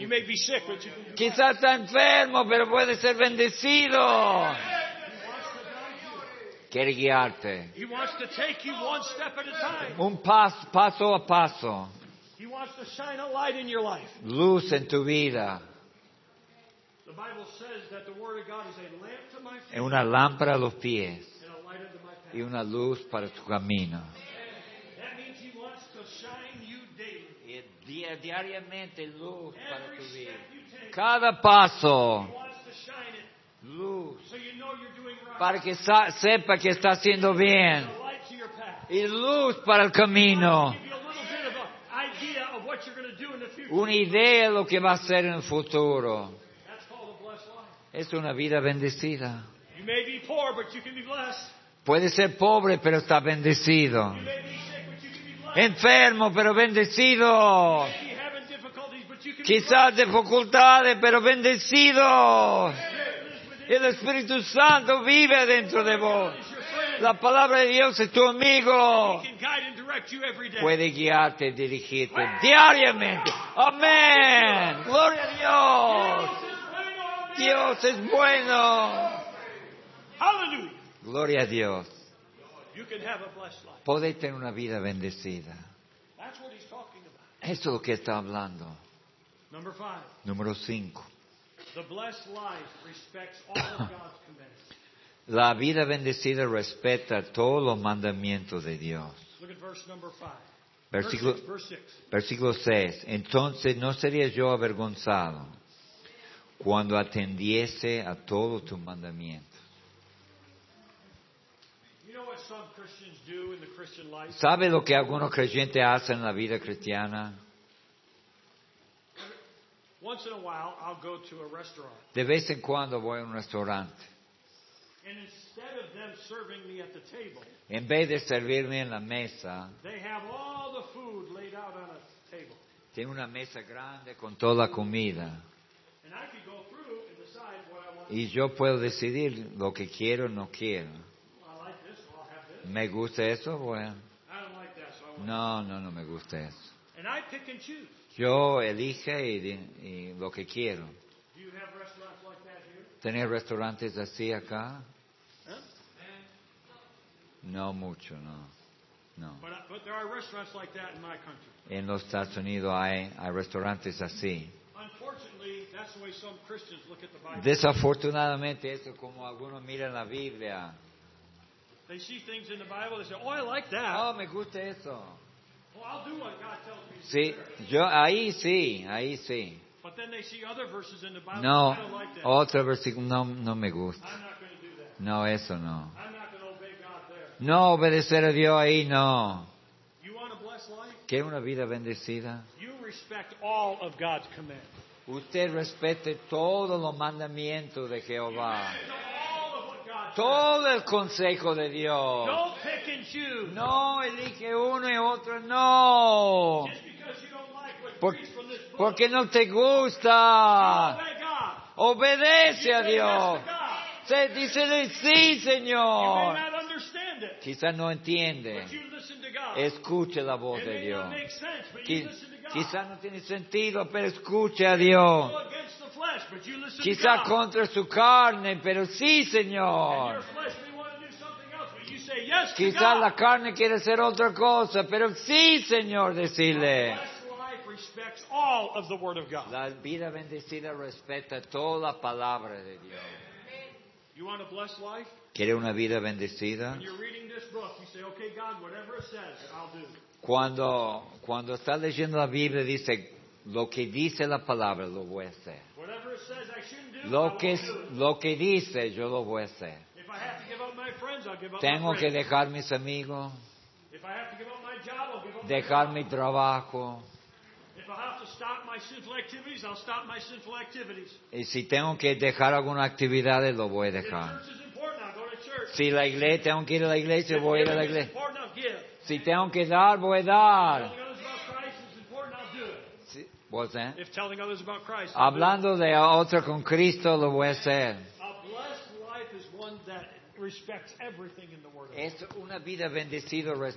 Speaker 2: You may be sick, but you can be
Speaker 1: Quizá está enfermo, pero puede ser bendecido. Quiere guiarte.
Speaker 2: He wants to take you one step at a time.
Speaker 1: Un paso, paso a paso.
Speaker 2: He wants to shine a light in your life.
Speaker 1: Luz en tu vida.
Speaker 2: The Bible says that the Word of God is a lamp to my feet
Speaker 1: Es una lámpara a los pies
Speaker 2: and a light unto my path.
Speaker 1: y una luz para tu camino.
Speaker 2: That means He wants to shine you daily.
Speaker 1: Y di- diariamente luz para tu
Speaker 2: Every
Speaker 1: vida.
Speaker 2: step you take,
Speaker 1: Cada
Speaker 2: He
Speaker 1: paso,
Speaker 2: wants to shine it
Speaker 1: luz,
Speaker 2: so you know you're doing right.
Speaker 1: para que sa- sepa que está haciendo bien.
Speaker 2: A light to your path.
Speaker 1: Y luz para el camino.
Speaker 2: Give you a little bit of an idea of what you're going to do in the future.
Speaker 1: Una idea de lo que va a ser en el futuro.
Speaker 2: That's called a blessed life.
Speaker 1: Es una vida bendecida.
Speaker 2: You may be poor, but you can be blessed.
Speaker 1: Puede ser pobre, pero está bendecido.
Speaker 2: You may be sick, but you can be blessed.
Speaker 1: Enfermo, pero bendecido.
Speaker 2: You may be having difficulties, but you can be blessed.
Speaker 1: Quizás de facultades, pero bendecido. El Espíritu Santo vive dentro de vos.
Speaker 2: He's your friend.
Speaker 1: La palabra de Dios es tu amigo.
Speaker 2: He can guide and direct you every day.
Speaker 1: Puede guiarte, dirigirte diariamente. Amén. Gloria a Dios. Dios es bueno.
Speaker 2: Hallelujah.
Speaker 1: Gloria a Dios.
Speaker 2: You can have a blessed life.
Speaker 1: Podéis tener una vida bendecida.
Speaker 2: That's what he's talking about.
Speaker 1: Eso es lo que está hablando.
Speaker 2: Number five,
Speaker 1: Número 5.
Speaker 2: the blessed life respects all of God's commandments.
Speaker 1: La vida bendecida respeta todos los mandamientos de Dios.
Speaker 2: Look at verse number five.
Speaker 1: Versículo,
Speaker 2: Verse six, verse six.
Speaker 1: versículo 6. Entonces no sería yo avergonzado, cuando atendiese a todos tus mandamientos.
Speaker 2: You know what some Christians do in the Christian life?
Speaker 1: ¿Sabe lo que algunos creyentes hacen en la vida cristiana?
Speaker 2: Once in a while, I'll go to a restaurant,
Speaker 1: De vez en cuando voy a un restaurante.
Speaker 2: and instead of them serving me at the table,
Speaker 1: En vez de servirme en la mesa,
Speaker 2: they have all the food laid out on a table.
Speaker 1: tiene una mesa grande con toda la comida.
Speaker 2: And I could go through and decide what I want.
Speaker 1: Y yo puedo decidir lo que quiero o no quiero.
Speaker 2: I like this, so I'll have this.
Speaker 1: ¿Me gusta eso? Bueno,
Speaker 2: I don't like that, so I won't.
Speaker 1: no, no, no me gusta eso.
Speaker 2: And I pick and choose.
Speaker 1: Yo elige y, di- y lo que quiero.
Speaker 2: Do you have restaurants like that here?
Speaker 1: ¿Tener restaurantes así acá?
Speaker 2: Huh?
Speaker 1: No mucho, no. no.
Speaker 2: But, I, but there are restaurants like that in my country.
Speaker 1: En los Estados Unidos hay, hay restaurantes así.
Speaker 2: Unfortunately, that's the way some Christians look at the Bible.
Speaker 1: Desafortunadamente, eso es como algunos miran la Biblia.
Speaker 2: They see things in the Bible, they say, oh, I like that.
Speaker 1: Oh, me gusta eso.
Speaker 2: Well, I'll do what God tells me
Speaker 1: Sí,
Speaker 2: to do. there."
Speaker 1: yo ahí sí, ahí sí.
Speaker 2: But then they see other verses in the Bible,
Speaker 1: No, Oh.
Speaker 2: I don't like that.
Speaker 1: otro versículo, no, no me gusta.
Speaker 2: I'm not going to do that.
Speaker 1: No, eso no.
Speaker 2: I'm not going to obey God there.
Speaker 1: No, obedecer a Dios ahí no.
Speaker 2: You want a blessed life?
Speaker 1: ¿Quiere una vida bendecida?
Speaker 2: You respect all of God's commands.
Speaker 1: Usted respete todos los mandamientos de Jehová.
Speaker 2: Listen to all of what God says.
Speaker 1: Todo el consejo de Dios.
Speaker 2: Don't pick and choose.
Speaker 1: No elige uno y otro, no.
Speaker 2: Just because you don't like what
Speaker 1: Por-
Speaker 2: reads from this book,
Speaker 1: porque no te
Speaker 2: don't
Speaker 1: gusta.
Speaker 2: obey God.
Speaker 1: Obedece a
Speaker 2: Say yes
Speaker 1: Dios.
Speaker 2: to God.
Speaker 1: Se dice sí,
Speaker 2: You may
Speaker 1: Señor.
Speaker 2: not understand it,
Speaker 1: Quizás no entiende.
Speaker 2: but you listen to God.
Speaker 1: Escuche la voz
Speaker 2: It
Speaker 1: de
Speaker 2: may
Speaker 1: Dios.
Speaker 2: not make sense, but you listen to God.
Speaker 1: Quizás no tiene sentido, pero escuche a
Speaker 2: You
Speaker 1: Dios.
Speaker 2: go against the flesh, but you listen
Speaker 1: Quizás
Speaker 2: to God.
Speaker 1: contra su carne, pero sí,
Speaker 2: And your
Speaker 1: Señor.
Speaker 2: flesh may want to do something else, but you say yes to
Speaker 1: Quizás
Speaker 2: God.
Speaker 1: la carne quiere hacer otra cosa, pero sí, Señor, decirle.
Speaker 2: Blessed life respects all of the Word of God.
Speaker 1: La vida bendecida respeta toda la palabra de Dios.
Speaker 2: You want a blessed life?
Speaker 1: ¿Quiere una vida bendecida?
Speaker 2: When you're reading this book, you say, okay, God, whatever it says, I'll do.
Speaker 1: Cuando, cuando está leyendo la Biblia dice, lo que dice la palabra lo voy a hacer.
Speaker 2: Whatever it says I shouldn't do, I
Speaker 1: Lo
Speaker 2: won't
Speaker 1: que,
Speaker 2: do it.
Speaker 1: lo que dice yo lo voy a hacer.
Speaker 2: If I have to give up my friends, I'll give up
Speaker 1: Tengo
Speaker 2: my
Speaker 1: que
Speaker 2: friends.
Speaker 1: dejar mis amigos,
Speaker 2: If I have to give up my job, I'll give up
Speaker 1: dejar
Speaker 2: my
Speaker 1: mi
Speaker 2: job.
Speaker 1: trabajo.
Speaker 2: If I have to stop my sinful activities, I'll stop my sinful activities.
Speaker 1: Y si tengo que dejar algunas actividades, lo voy a
Speaker 2: If
Speaker 1: dejar.
Speaker 2: church is important, I'll go to church.
Speaker 1: Si la iglesia, tengo que ir a la iglesia,
Speaker 2: If
Speaker 1: voy a ir a la
Speaker 2: giving is
Speaker 1: iglesia.
Speaker 2: important, I'll give.
Speaker 1: Si tengo que dar, voy a dar.
Speaker 2: Telling others about Christ is important, I'll do it.
Speaker 1: Si- ¿Vos, eh?
Speaker 2: If telling others about Christ, I'll do it.
Speaker 1: Hablando de otro con Cristo, lo voy a hacer.
Speaker 2: A blessed life is one that respects everything in the Word of God.
Speaker 1: Es una vida bendecida, res-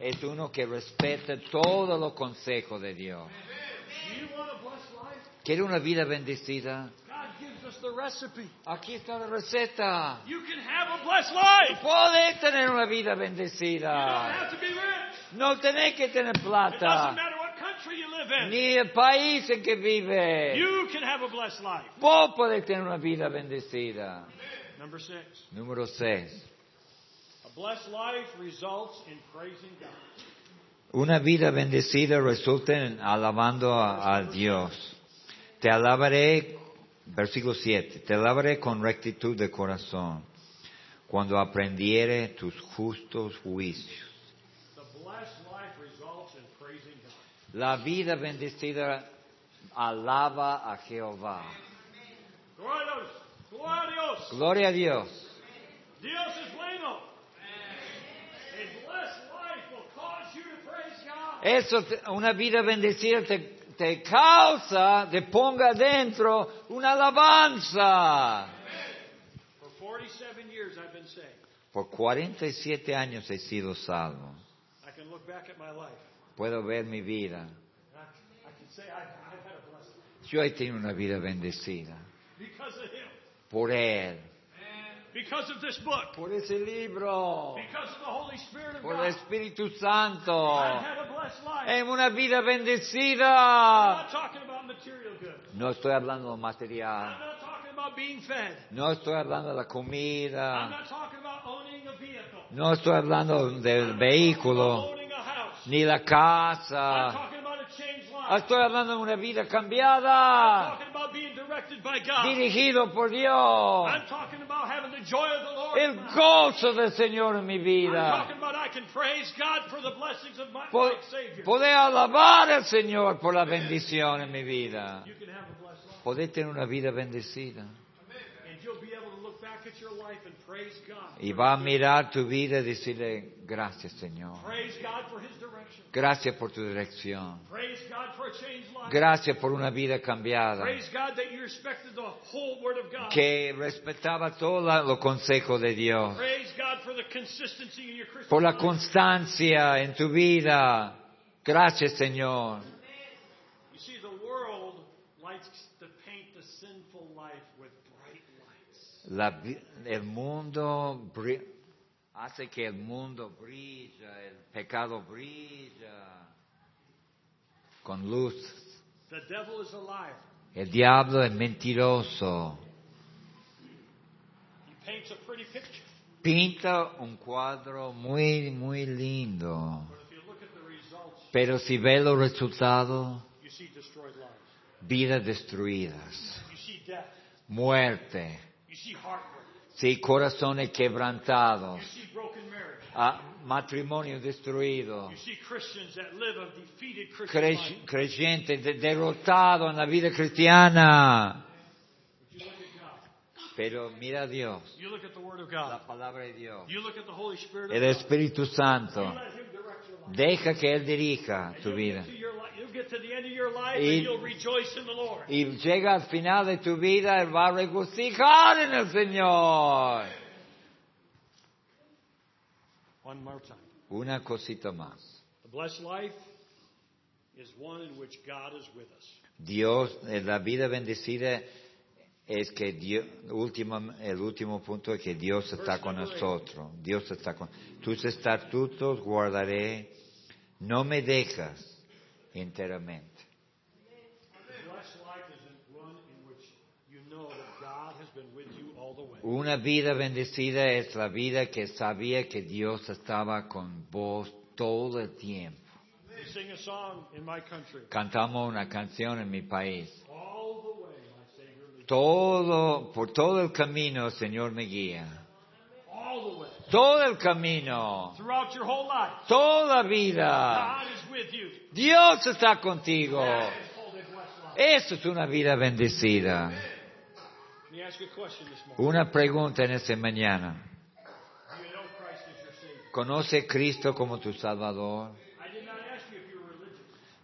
Speaker 1: es uno que respeta todos los consejos de Dios.
Speaker 2: Do you want a blessed life?
Speaker 1: ¿Quiere una vida bendecida?
Speaker 2: God gives us the recipe.
Speaker 1: Aquí está la receta.
Speaker 2: You can have a blessed life.
Speaker 1: Podés tener una vida
Speaker 2: You don't
Speaker 1: bendecida.
Speaker 2: have to be rich.
Speaker 1: No tenés que tener
Speaker 2: It doesn't
Speaker 1: plata,
Speaker 2: matter what country you live in.
Speaker 1: ni el país en que vive.
Speaker 2: You can have a blessed life.
Speaker 1: Vos podés tener una vida bendecida.
Speaker 2: Number six.
Speaker 1: Número 6.
Speaker 2: A blessed life results in praising God.
Speaker 1: Una vida bendecida resulta en alabando a, a Dios. Te alabaré, versículo 7, te alabaré con rectitud de corazón cuando aprendiere tus justos juicios.
Speaker 2: The blessed life results in praising God.
Speaker 1: La vida bendecida alaba a Jehová.
Speaker 2: Glorios. Glorios.
Speaker 1: Gloria a Dios.
Speaker 2: Dios es bueno. A blessed life will cause you to praise God.
Speaker 1: Eso, te- una vida bendecida te, te causa, te ponga dentro una alabanza.
Speaker 2: For 47 years I've been saved.
Speaker 1: Por 47 años he sido salvo.
Speaker 2: I can look back at my life.
Speaker 1: Puedo ver mi vida.
Speaker 2: and I, I can say I, I've had a blessed life
Speaker 1: Yo he tenido una vida bendecida
Speaker 2: because of Him,
Speaker 1: por Él,
Speaker 2: because of this book,
Speaker 1: por ese libro,
Speaker 2: because of the Holy Spirit of
Speaker 1: por el
Speaker 2: God.
Speaker 1: Espíritu Santo.
Speaker 2: I've had a blessed life.
Speaker 1: Es una vida
Speaker 2: I'm
Speaker 1: bendecida.
Speaker 2: not talking about material goods.
Speaker 1: No estoy hablando de
Speaker 2: I'm
Speaker 1: material,
Speaker 2: not talking about being fed.
Speaker 1: no estoy hablando de la
Speaker 2: I'm
Speaker 1: comida,
Speaker 2: not talking about owning a vehicle.
Speaker 1: no estoy hablando del
Speaker 2: About
Speaker 1: vehículo, Uh.
Speaker 2: owning a house.
Speaker 1: ni la
Speaker 2: I'm
Speaker 1: casa. Ah,
Speaker 2: talking about a changed life.
Speaker 1: Estoy hablando de una vida
Speaker 2: I'm
Speaker 1: cambiada.
Speaker 2: talking about being directed directed by God.
Speaker 1: dirigido por Dios.
Speaker 2: I'm talking about having the joy of the Lord. in
Speaker 1: El
Speaker 2: my
Speaker 1: gozo del Señor en mi
Speaker 2: I'm
Speaker 1: vida.
Speaker 2: talking about I can praise God for the blessings of my,
Speaker 1: Po-
Speaker 2: my Savior.
Speaker 1: Poder alabar al Señor por la bendición en mi vida.
Speaker 2: you can have a blessed life.
Speaker 1: Poder tener una vida bendecida.
Speaker 2: And you'll be able to look back at your life and praise God.
Speaker 1: Y va a mirar tu vida y decirle, gracias Señor.
Speaker 2: Praise God for His direction.
Speaker 1: Gracias por tu dirección.
Speaker 2: Praise God for a changed life.
Speaker 1: Gracias por una vida cambiada.
Speaker 2: Praise God that you respected the whole Word of God.
Speaker 1: Que respetaba todos los consejos de Dios.
Speaker 2: Praise God for the consistency in your Christian
Speaker 1: Por la
Speaker 2: life.
Speaker 1: constancia en tu vida. Gracias Señor.
Speaker 2: You see, the world likes to paint the sinful life with bright lights.
Speaker 1: La vi- el mundo bri- hace que el mundo brilla, el pecado brilla con luz.
Speaker 2: The devil is a liar.
Speaker 1: El diablo es mentiroso.
Speaker 2: He paints a pretty picture.
Speaker 1: Pinta un cuadro muy, muy lindo.
Speaker 2: But if you look at the results,
Speaker 1: Pero si ve los resultados,
Speaker 2: you see destroyed lives.
Speaker 1: vidas destruidas,
Speaker 2: You see death.
Speaker 1: muerte,
Speaker 2: You see heartbreak.
Speaker 1: sí, corazones quebrantados,
Speaker 2: You see broken marriage.
Speaker 1: ah, matrimonio destruido,
Speaker 2: You see Christians that live a defeated Christian
Speaker 1: cre-
Speaker 2: life.
Speaker 1: creyente de- derrotado en la vida cristiana.
Speaker 2: But you look at God.
Speaker 1: Pero mira a Dios,
Speaker 2: You look at the Word of
Speaker 1: la
Speaker 2: God.
Speaker 1: palabra de Dios,
Speaker 2: You look at the Holy Spirit of
Speaker 1: el
Speaker 2: God.
Speaker 1: Espíritu
Speaker 2: You
Speaker 1: Santo.
Speaker 2: let Him direct your life.
Speaker 1: Deja que Él dirija
Speaker 2: And
Speaker 1: tu
Speaker 2: you'll
Speaker 1: vida.
Speaker 2: get to your li- You'll get to the end of your life
Speaker 1: Y-
Speaker 2: and you'll rejoice in the Lord.
Speaker 1: Y llega al final de tu vida, Él va a regocijar en el Señor.
Speaker 2: One more time.
Speaker 1: Una cosita más.
Speaker 2: The blessed life is one in which God is with us.
Speaker 1: Dios, eh, la vida bendecida es que Dios, última- el último punto es que Dios está con nosotros. Dios está con tus estatutos guardaré, no me dejas enteramente.
Speaker 2: The blessed life is in one in which you know that God has been with you all the way.
Speaker 1: Una vida bendecida es la vida que sabía que Dios estaba con vos todo el tiempo.
Speaker 2: We sing a song in my country.
Speaker 1: Cantamos una canción en mi país.
Speaker 2: All the way, my Savior. leads.
Speaker 1: Todo, por todo el camino el Señor me guía.
Speaker 2: All the way.
Speaker 1: Todo el camino,
Speaker 2: Throughout your whole life.
Speaker 1: toda vida.
Speaker 2: God is with you.
Speaker 1: Dios está contigo.
Speaker 2: That is called a blessed life.
Speaker 1: Eso es una vida bendecida.
Speaker 2: Let me ask you a question this morning.
Speaker 1: Una pregunta en esta mañana.
Speaker 2: Do you know Christ is your Savior?
Speaker 1: ¿Conoce a Cristo como tu Salvador?
Speaker 2: I did not ask you if you were religious.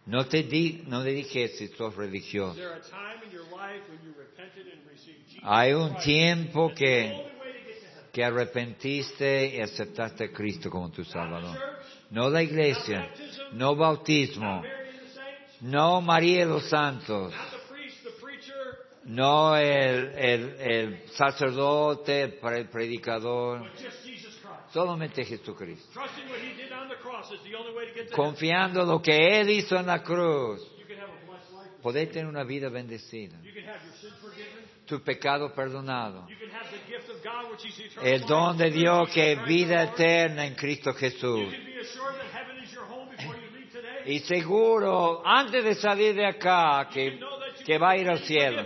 Speaker 1: No te, di, no te dije si sos
Speaker 2: Is
Speaker 1: religioso.
Speaker 2: there a time in your life when you repented and received Jesus
Speaker 1: Hay un
Speaker 2: Christ?
Speaker 1: tiempo
Speaker 2: It's
Speaker 1: que-
Speaker 2: the only way to get to heaven.
Speaker 1: Que arrepentiste y aceptaste a Cristo como tu
Speaker 2: Not the
Speaker 1: Salvador.
Speaker 2: church,
Speaker 1: No la iglesia, no
Speaker 2: not
Speaker 1: bautismo,
Speaker 2: Mary and the saints,
Speaker 1: no María de los Santos,
Speaker 2: not the priest, the preacher,
Speaker 1: no el, el- el sacerdote, el predicador,
Speaker 2: but just Jesus Christ.
Speaker 1: solamente Jesucristo.
Speaker 2: Trusting what he did on the cross is the only way to get to heaven.
Speaker 1: confiando en lo que Él hizo en la cruz,
Speaker 2: You can have a blessed life.
Speaker 1: podés tener una vida bendecida,
Speaker 2: You can have your sin forgiven.
Speaker 1: tu pecado perdonado,
Speaker 2: You can have the gift of God, which is eternal.
Speaker 1: el
Speaker 2: life.
Speaker 1: don de Dios
Speaker 2: Jesus
Speaker 1: que es
Speaker 2: Christ,
Speaker 1: vida
Speaker 2: our Lord.
Speaker 1: eterna en Cristo Jesús.
Speaker 2: You can be assured that heaven is your home before you leave today.
Speaker 1: Y seguro, antes de salir de acá, que, que va a ir al cielo,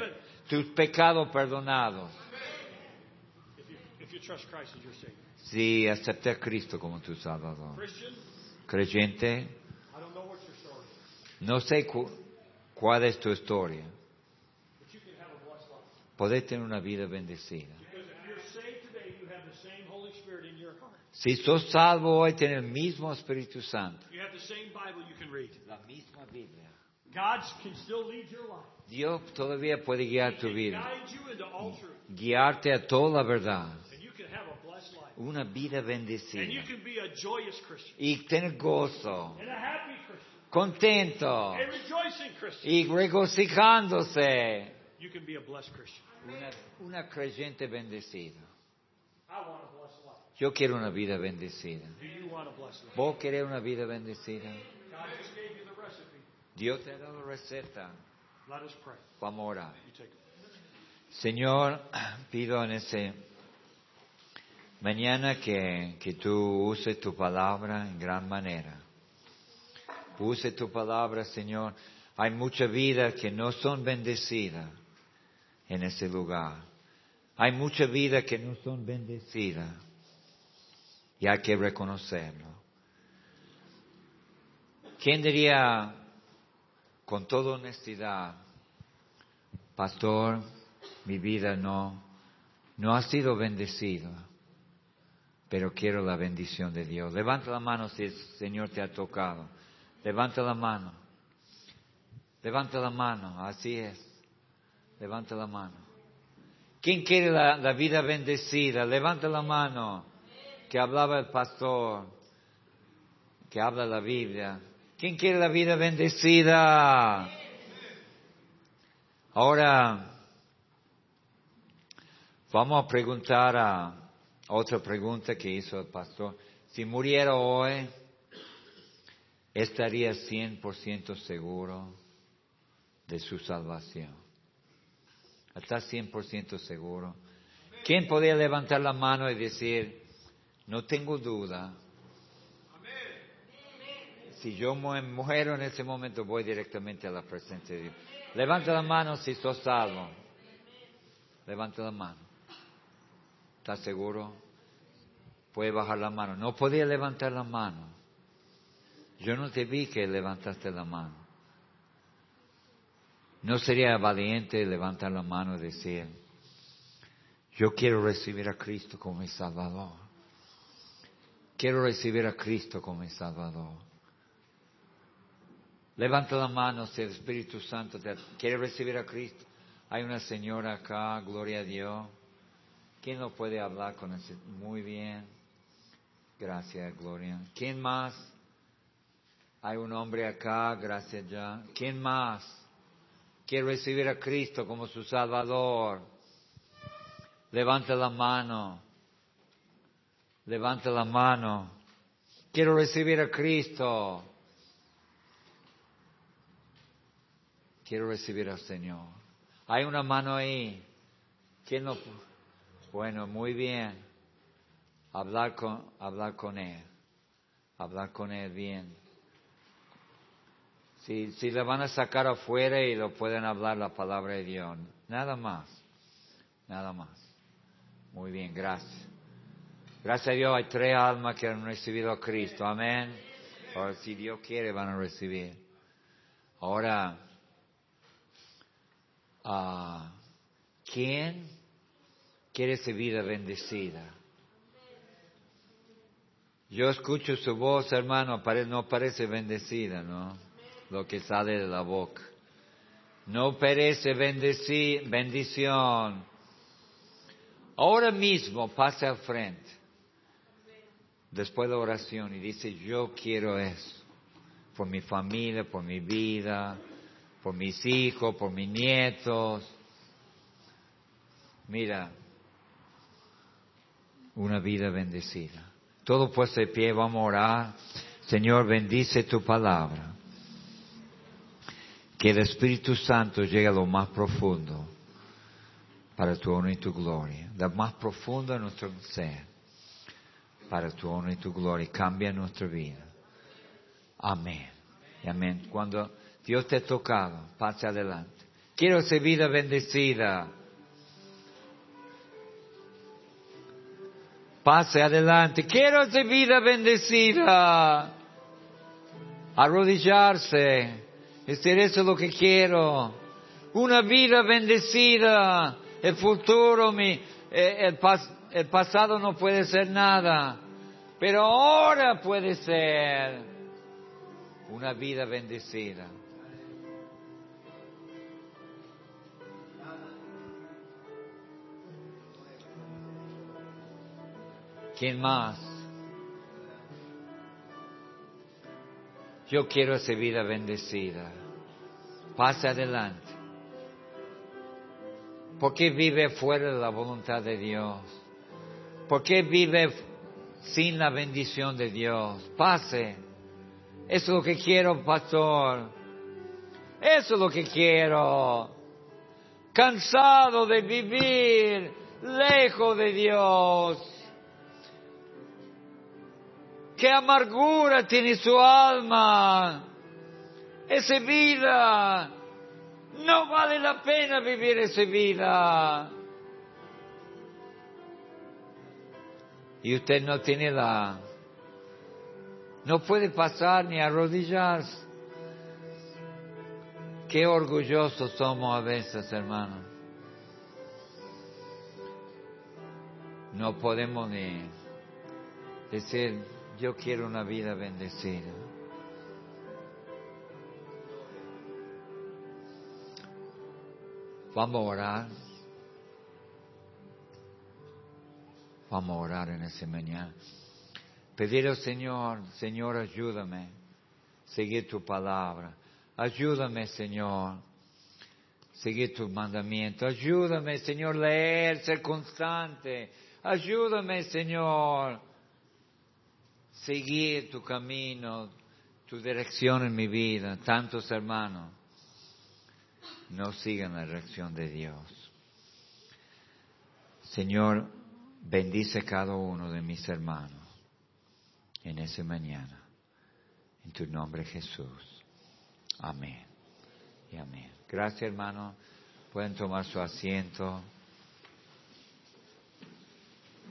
Speaker 1: tus pecados perdonados,
Speaker 2: If you, if you trust Christ as your Savior.
Speaker 1: si aceptas a Cristo como tu Salvador.
Speaker 2: Christian,
Speaker 1: Creyente,
Speaker 2: I don't know what your story is,
Speaker 1: no sé cu- cuál es tu historia,
Speaker 2: but you can have a blessed life.
Speaker 1: podés tener una vida bendecida.
Speaker 2: Because if you're saved today, you have the same Holy Spirit in your heart.
Speaker 1: Si sos salvo hoy, tenés el mismo Espíritu Santo,
Speaker 2: You have the same Bible you can read.
Speaker 1: la misma Biblia.
Speaker 2: God can still lead your life.
Speaker 1: Dios todavía puede guiar tu
Speaker 2: He can
Speaker 1: vida,
Speaker 2: guide you into all truth.
Speaker 1: guiarte a toda la verdad,
Speaker 2: And you can have a blessed life.
Speaker 1: una vida
Speaker 2: And you
Speaker 1: bendecida
Speaker 2: can be a joyous Christian.
Speaker 1: y tener gozo,
Speaker 2: And a happy Christian.
Speaker 1: contento
Speaker 2: A rejoicing Christian.
Speaker 1: y regocijándose,
Speaker 2: You can be a blessed Christian.
Speaker 1: una, una creyente bendecida.
Speaker 2: I want a blessed life.
Speaker 1: Yo quiero una vida bendecida.
Speaker 2: Do you want a blessed life?
Speaker 1: ¿Vos querés una vida bendecida?
Speaker 2: God just gave you the recipe.
Speaker 1: Dios te ha dado receta.
Speaker 2: Let us pray.
Speaker 1: Vamos a orar.
Speaker 2: You take it.
Speaker 1: Señor, pido en ese mañana que, que tú uses tu palabra en gran manera. Use tu palabra, Señor. Hay muchas vidas que no son bendecidas en ese lugar. Hay mucha vida que no son bendecidas y hay que reconocerlo. ¿Quién diría con toda honestidad, pastor, mi vida no, no ha sido bendecida, pero quiero la bendición de Dios? Levanta la mano si el Señor te ha tocado. Levanta la mano. Levanta la mano, así es. Levanta la mano. ¿Quién quiere la, la vida bendecida? Levanta la mano que hablaba el pastor, que habla la Biblia. ¿Quién quiere la vida bendecida? Ahora vamos a preguntar a otra pregunta que hizo el pastor. Si muriera hoy, estaría 100% seguro de su salvación. Está 100% seguro. ¿Quién podía levantar la mano y decir, no tengo duda. Si yo muero en ese momento, voy directamente a la presencia de Dios. Levanta la mano si sos salvo. Levanta la mano. ¿Estás seguro? Puede bajar la mano. No podía levantar la mano. Yo no te vi que levantaste la mano. ¿No sería valiente levantar la mano y decir, yo quiero recibir a Cristo como mi Salvador? quiero recibir a Cristo como mi Salvador. Levanta la mano si el Espíritu Santo te quiere recibir a Cristo. Hay una señora acá, gloria a Dios. ¿Quién lo puede hablar con ese? Muy bien. Gracias, Gloria. ¿Quién más? Hay un hombre acá, gracias ya. ¿Quién más? Quiere recibir a Cristo como su Salvador. Levanta la mano. Levanta la mano. Quiero recibir a Cristo. Quiero recibir al Señor. Hay una mano ahí. ¿Quién no? Bueno, muy bien. Hablar con, hablar con Él. Hablar con Él bien. Si, si le van a sacar afuera y lo pueden hablar la palabra de Dios. Nada más. Nada más. Muy bien, gracias. Gracias a Dios hay tres almas que han recibido a Cristo. Amén. Ahora, si Dios quiere, van a recibir. Ahora, uh, ¿quién quiere su vida bendecida? Yo escucho su voz, hermano, no parece bendecida, ¿no? Lo que sale de la boca. No parece bendición. Ahora mismo pase al frente después de oración y dice, yo quiero eso, por mi familia, por mi vida, por mis hijos, por mis nietos. Mira, una vida bendecida. Todo puesto de pie, vamos a orar. Señor, bendice tu palabra. Que el Espíritu Santo llegue a lo más profundo para tu honor y tu gloria, lo más profundo de nuestro ser para tu honor y tu gloria. Cambia nuestra vida. Amén. Y amén. Cuando Dios te ha tocado, pase adelante. Quiero ser vida bendecida. Pase adelante. Quiero ser vida bendecida. Arrodillarse. Decir eso es lo que quiero. Una vida bendecida. El futuro, mi, eh, el pasado el pasado no puede ser nada, pero ahora puede ser una vida bendecida. ¿Quién más? Yo quiero esa vida bendecida. Pasa adelante. porque vive fuera de la voluntad de Dios? ¿Por qué vive sin la bendición de Dios? Pase. Eso es lo que quiero, pastor. Eso es lo que quiero. Cansado de vivir lejos de Dios. Qué amargura tiene su alma. Esa vida No vale la pena vivir esa vida. Y usted no tiene la... No puede pasar ni arrodillarse. Qué orgullosos somos a veces, hermano. No podemos ni decir, yo quiero una vida bendecida. Vamos a orar. Vamos a orar en ese mañana. Pedir al Señor, Señor, ayúdame. Seguir tu palabra. Ayúdame, Señor. Seguir tu mandamiento. Ayúdame, Señor, leer, ser constante. Ayúdame, Señor. Seguir tu camino, tu dirección en mi vida. Tantos hermanos no sigan la dirección de Dios. Señor, bendice cada uno de mis hermanos en ese mañana. En tu nombre Jesús. Amén. Y amén. Gracias hermano. Pueden tomar su asiento.